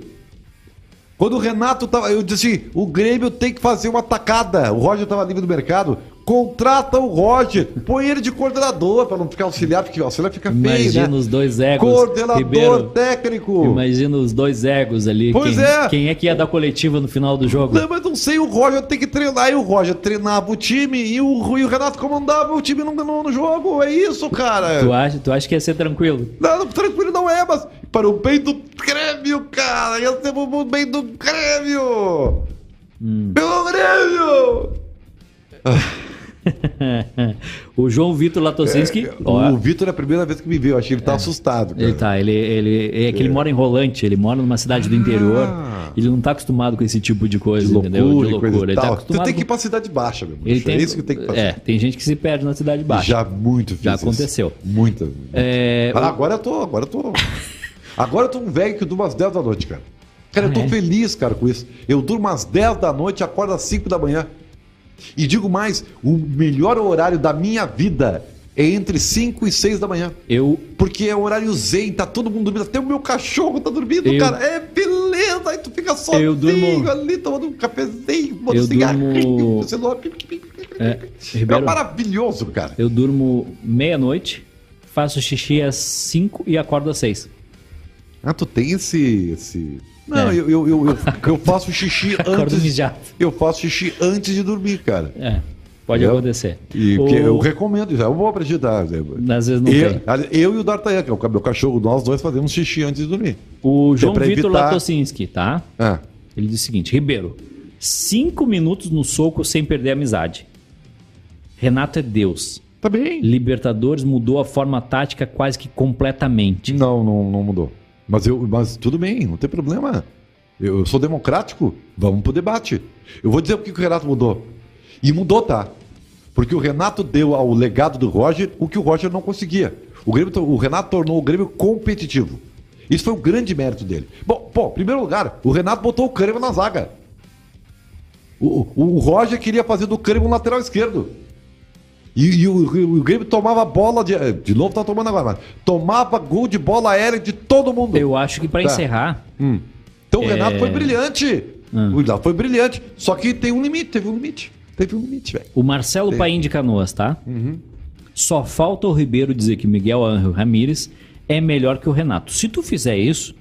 S2: Quando o Renato estava. Eu disse assim: o Grêmio tem que fazer uma tacada. O Roger estava livre do mercado. Contrata o Roger. Põe ele de coordenador para não ficar auxiliar, porque auxiliar fica feio.
S1: Imagina
S2: né?
S1: os dois egos.
S2: Coordenador
S1: Ribeiro.
S2: técnico.
S1: Imagina os dois egos ali.
S2: Pois
S1: quem,
S2: é.
S1: Quem é que ia dar coletiva no final do jogo?
S2: Não, mas não sei, o Roger tem que treinar. E o Roger treinava o time e o, e o Renato comandava o time no, no, no jogo. É isso, cara.
S1: Tu, acha, tu acha que ia ser tranquilo?
S2: Não, tranquilo não é, mas para o bem do Grêmio, cara! Eu temos o bem do Grêmio!
S1: Hum.
S2: Pelo Grêmio!
S1: o João Vitor Latocinski. ó, É.
S2: O Vitor é a primeira vez que me viu, acho que ele tá assustado. Cara.
S1: Ele tá, ele, ele, é que ele mora em Rolante, ele mora numa cidade do interior. Ele não tá acostumado com esse tipo de coisa,
S2: Ah. De
S1: entendeu?
S2: loucura,
S1: de
S2: e coisa
S1: loucura.
S2: e
S1: Ele tá
S2: tal. tu
S1: acostumado.
S2: tem que ir
S1: com-
S2: pra cidade baixa, meu
S1: ele
S2: bicho. É isso que tem que fazer.
S1: É, tem gente que se perde na cidade baixa.
S2: Já muito fiz
S1: Já
S2: isso.
S1: aconteceu.
S2: Muitas.
S1: É,
S2: Ah, Agora eu tô, agora eu tô. Agora eu tô um velho que durma às 10 da noite, cara. Cara, eu tô
S1: Ah, é?
S2: feliz, cara, com isso. Eu durmo às 10 da noite, acordo às 5 da manhã. E digo mais, o melhor horário da minha vida é entre 5 e 6 da manhã.
S1: eu,
S2: Porque é horário zen, tá todo mundo dormindo, até o meu cachorro tá dormindo,
S1: Eu-
S2: cara. É beleza, aí tu fica sozinho
S1: Eu durmo-
S2: ali, tomando um cafezinho, botando
S1: Eu durmo-
S2: no celular.
S1: é,
S2: É
S1: Ribeiro,
S2: maravilhoso, cara.
S1: eu durmo meia-noite, faço xixi às 5 e acordo às 6.
S2: Ah, tu tem esse. esse... Não,
S1: É.
S2: eu, eu, eu, eu, eu faço xixi
S1: Acordo
S2: antes.
S1: mijado.
S2: Eu faço xixi antes de dormir, cara.
S1: É, pode
S2: Eu-
S1: acontecer.
S2: E
S1: O-
S2: que eu recomendo, já é uma boa pra te dar. né?
S1: Às vezes não
S2: Eu,
S1: tem.
S2: ali- eu e o D'Artagnan, que é o meu cachorro, nós dois fazemos xixi antes de dormir.
S1: O João
S2: é pra
S1: Vitor
S2: evitar-
S1: Latocinski, tá?
S2: Ah,
S1: Ele diz o seguinte: Ribeiro, cinco minutos no soco sem perder a amizade. Renato é Deus.
S2: tá bem.
S1: Libertadores mudou a forma tática quase que completamente.
S2: Não, não, não mudou. Mas, eu, mas tudo bem, não tem problema. Eu, eu sou democrático, vamos pro debate. Eu vou dizer o que que o Renato mudou. E mudou, tá? Porque o Renato deu ao legado do Roger o que o Roger não conseguia. O, Grêmio to- o Renato tornou o Grêmio competitivo. Isso foi um grande mérito dele. Bom, pô, em primeiro lugar, o Renato botou o Cânimo na zaga. O, o- o Roger queria fazer do Cânimo um lateral esquerdo. E, e o, o Grêmio tomava bola de. De novo tá tomando agora, mas tomava gol de bola aérea de todo mundo.
S1: Eu acho que pra
S2: Tá.
S1: encerrar,
S2: Então o
S1: É. Ah.
S2: Renato foi brilhante. O Renato foi brilhante. Só que tem um limite, teve um limite. Teve um limite, velho. Uhum.
S1: o Marcelo Paim de Canoas, tá? Só falta o Ribeiro dizer que o Miguel Ángel Ramírez é melhor que o Renato. Se tu fizer isso,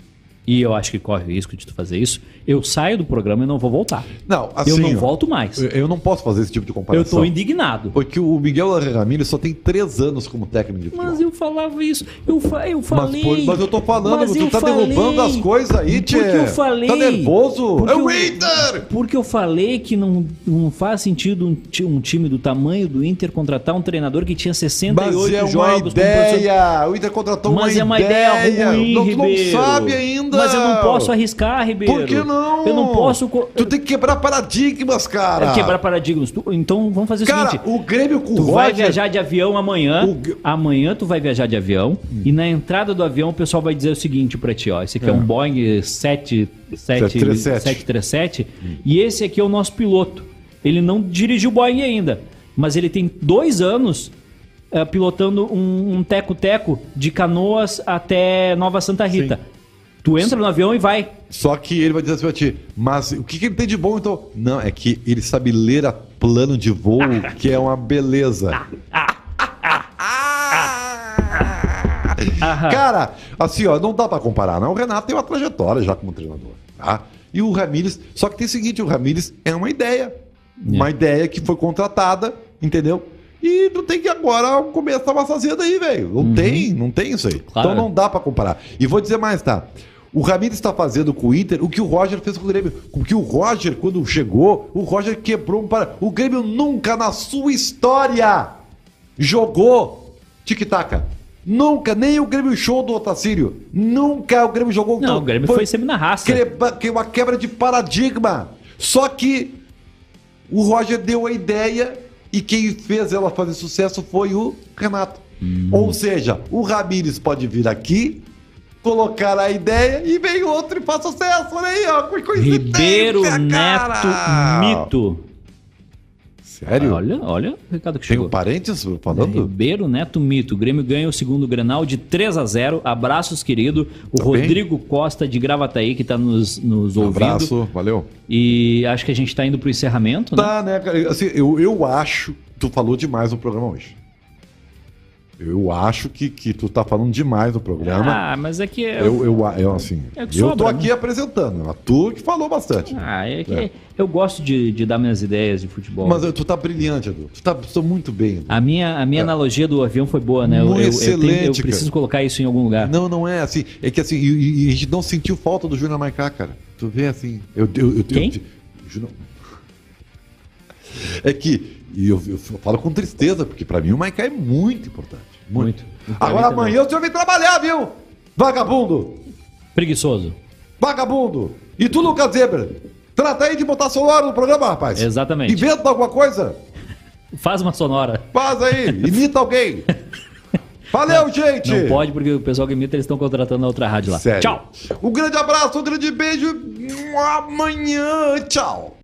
S1: e eu acho que corre o risco de tu fazer isso, eu saio do programa e não vou voltar.
S2: Não, assim,
S1: eu não
S2: ó,
S1: volto mais.
S2: eu- Eu não posso fazer esse tipo de
S1: Eu
S2: comparação.
S1: tô indignado.
S2: Porque o Miguel Ramírez só tem três anos como técnico de futebol.
S1: Mas eu falava isso. Eu, fa eu
S2: Mas,
S1: falei.
S2: pô, mas eu tô falando,
S1: Mas
S2: tu
S1: eu
S2: tá
S1: falei.
S2: derrubando as coisas aí, tchê.
S1: Porque eu falei.
S2: Tá nervoso?
S1: Porque
S2: é o
S1: eu-
S2: Inter!
S1: Porque eu falei que não, não faz sentido um, ti- um time do tamanho do Inter contratar um treinador que tinha 68
S2: Mas é uma
S1: jogos. como profissional.
S2: ideia! O Inter contratou
S1: Mas é
S2: uma
S1: uma
S2: ideia!
S1: ideia ruim,
S2: não, tu não
S1: Ribeiro.
S2: sabe ainda!
S1: Mas eu não posso arriscar, Ribeiro.
S2: Por que não?
S1: Eu não posso... co-
S2: Tu tá tem que quebrar paradigmas, cara!
S1: É, Quebrar paradigmas. Tu- Então vamos fazer o
S2: Cara,
S1: seguinte.
S2: o Grêmio com o
S1: Tu vai
S2: Roger...
S1: viajar de avião amanhã.
S2: O Gr-
S1: Amanhã tu vai viajar de avião. E na entrada do avião o pessoal vai dizer o seguinte pra ti, ó. Esse aqui é, um Boeing 7, 7,
S2: 737.
S1: 737. E esse aqui é o nosso piloto. Ele não dirigiu o Boeing ainda. Mas ele tem dois anos eh, pilotando um um teco-teco de Canoas até Nova Santa Rita. Tu entra no avião e vai.
S2: Só que ele vai dizer assim pra ti, mas o que, que ele tem de bom então? Não, é que ele sabe ler a plano de voo, que é uma beleza.
S1: Ah, Aham.
S2: Cara, assim, ó, não dá pra comparar, não. O Renato tem uma trajetória já como treinador, tá? E o Ramírez, só que tem o seguinte, o Ramírez é uma ideia. Uma ideia que foi contratada, entendeu? E tu tem que agora começar uma fazenda aí, velho. Não tem, não tem isso aí.
S1: Claro.
S2: Então não não dá pra comparar. E vou dizer mais, tá? O Ramiro está fazendo com o Inter o que o Roger fez com o Grêmio. O que o Roger, quando chegou, o Roger quebrou um para. O Grêmio nunca na sua história jogou tic-taca. Nunca, nem o Grêmio Show do Otacílio. Nunca o Grêmio jogou
S1: Não, o Grêmio foi, sempre na raça.
S2: quebra- que- uma quebra de paradigma. Só que o Roger deu a ideia e quem fez ela fazer sucesso foi o Renato.
S1: Hum.
S2: Ou seja, o Ramires pode vir aqui, colocar a ideia e vem outro e faz sucesso. Olha aí, ó. Que coincidência,
S1: Ribeiro
S2: cara!
S1: Neto Mito.
S2: Sério?
S1: Olha, olha o recado que
S2: Tenho
S1: chegou.
S2: parentes falando?
S1: Ribeiro Neto Mito. O Grêmio ganha o segundo Grenal de 3 a 0 Abraços, querido. O
S2: Tá bem?
S1: Rodrigo Costa de Gravataí, que tá nos, nos
S2: Um
S1: ouvindo.
S2: abraço, valeu.
S1: E acho que a gente tá indo pro encerramento, né?
S2: Tá, né, cara? Assim, eu, eu acho que tu falou demais no programa hoje. Eu acho que, que tu tá falando demais no programa.
S1: Ah, mas é que.
S2: eu, eu, a- eu, assim,
S1: É o que
S2: eu tô
S1: sobra, né?
S2: aqui apresentando. A tu que falou bastante.
S1: Ah, é que
S2: É.
S1: eu gosto de, de dar minhas ideias de futebol.
S2: Mas eu- tu tá brilhante, Edu. Tu tá tu tá muito bem. Edu.
S1: A minha, a minha analogia do avião foi boa, né? Eu,
S2: Muito
S1: eu- eu
S2: excelente,
S1: tenho- eu
S2: cara.
S1: preciso colocar isso em algum lugar.
S2: Não, não é assim. É que assim, e- e- e a gente não sentiu falta do Júnior Maicá, cara. Tu vê assim. Eu, eu, eu,
S1: Quem?
S2: eu- Júnior- É que e eu, eu falo com tristeza, porque pra mim o Maicá é muito importante. Muito.
S1: Muito. Pra
S2: Agora
S1: mim também.
S2: amanhã o senhor vem trabalhar, viu? Vagabundo!
S1: Preguiçoso.
S2: Vagabundo! E tu, Lucas Zebra? Trata aí de botar celular no programa, rapaz.
S1: Exatamente.
S2: Inventa alguma coisa.
S1: Faz uma sonora.
S2: Faz aí, imita alguém. Valeu, gente!
S1: Não pode, porque o pessoal que imita, eles estão contratando a outra rádio lá.
S2: Sério.
S1: Tchau!
S2: Um grande abraço, um grande beijo. Amanhã. Tchau.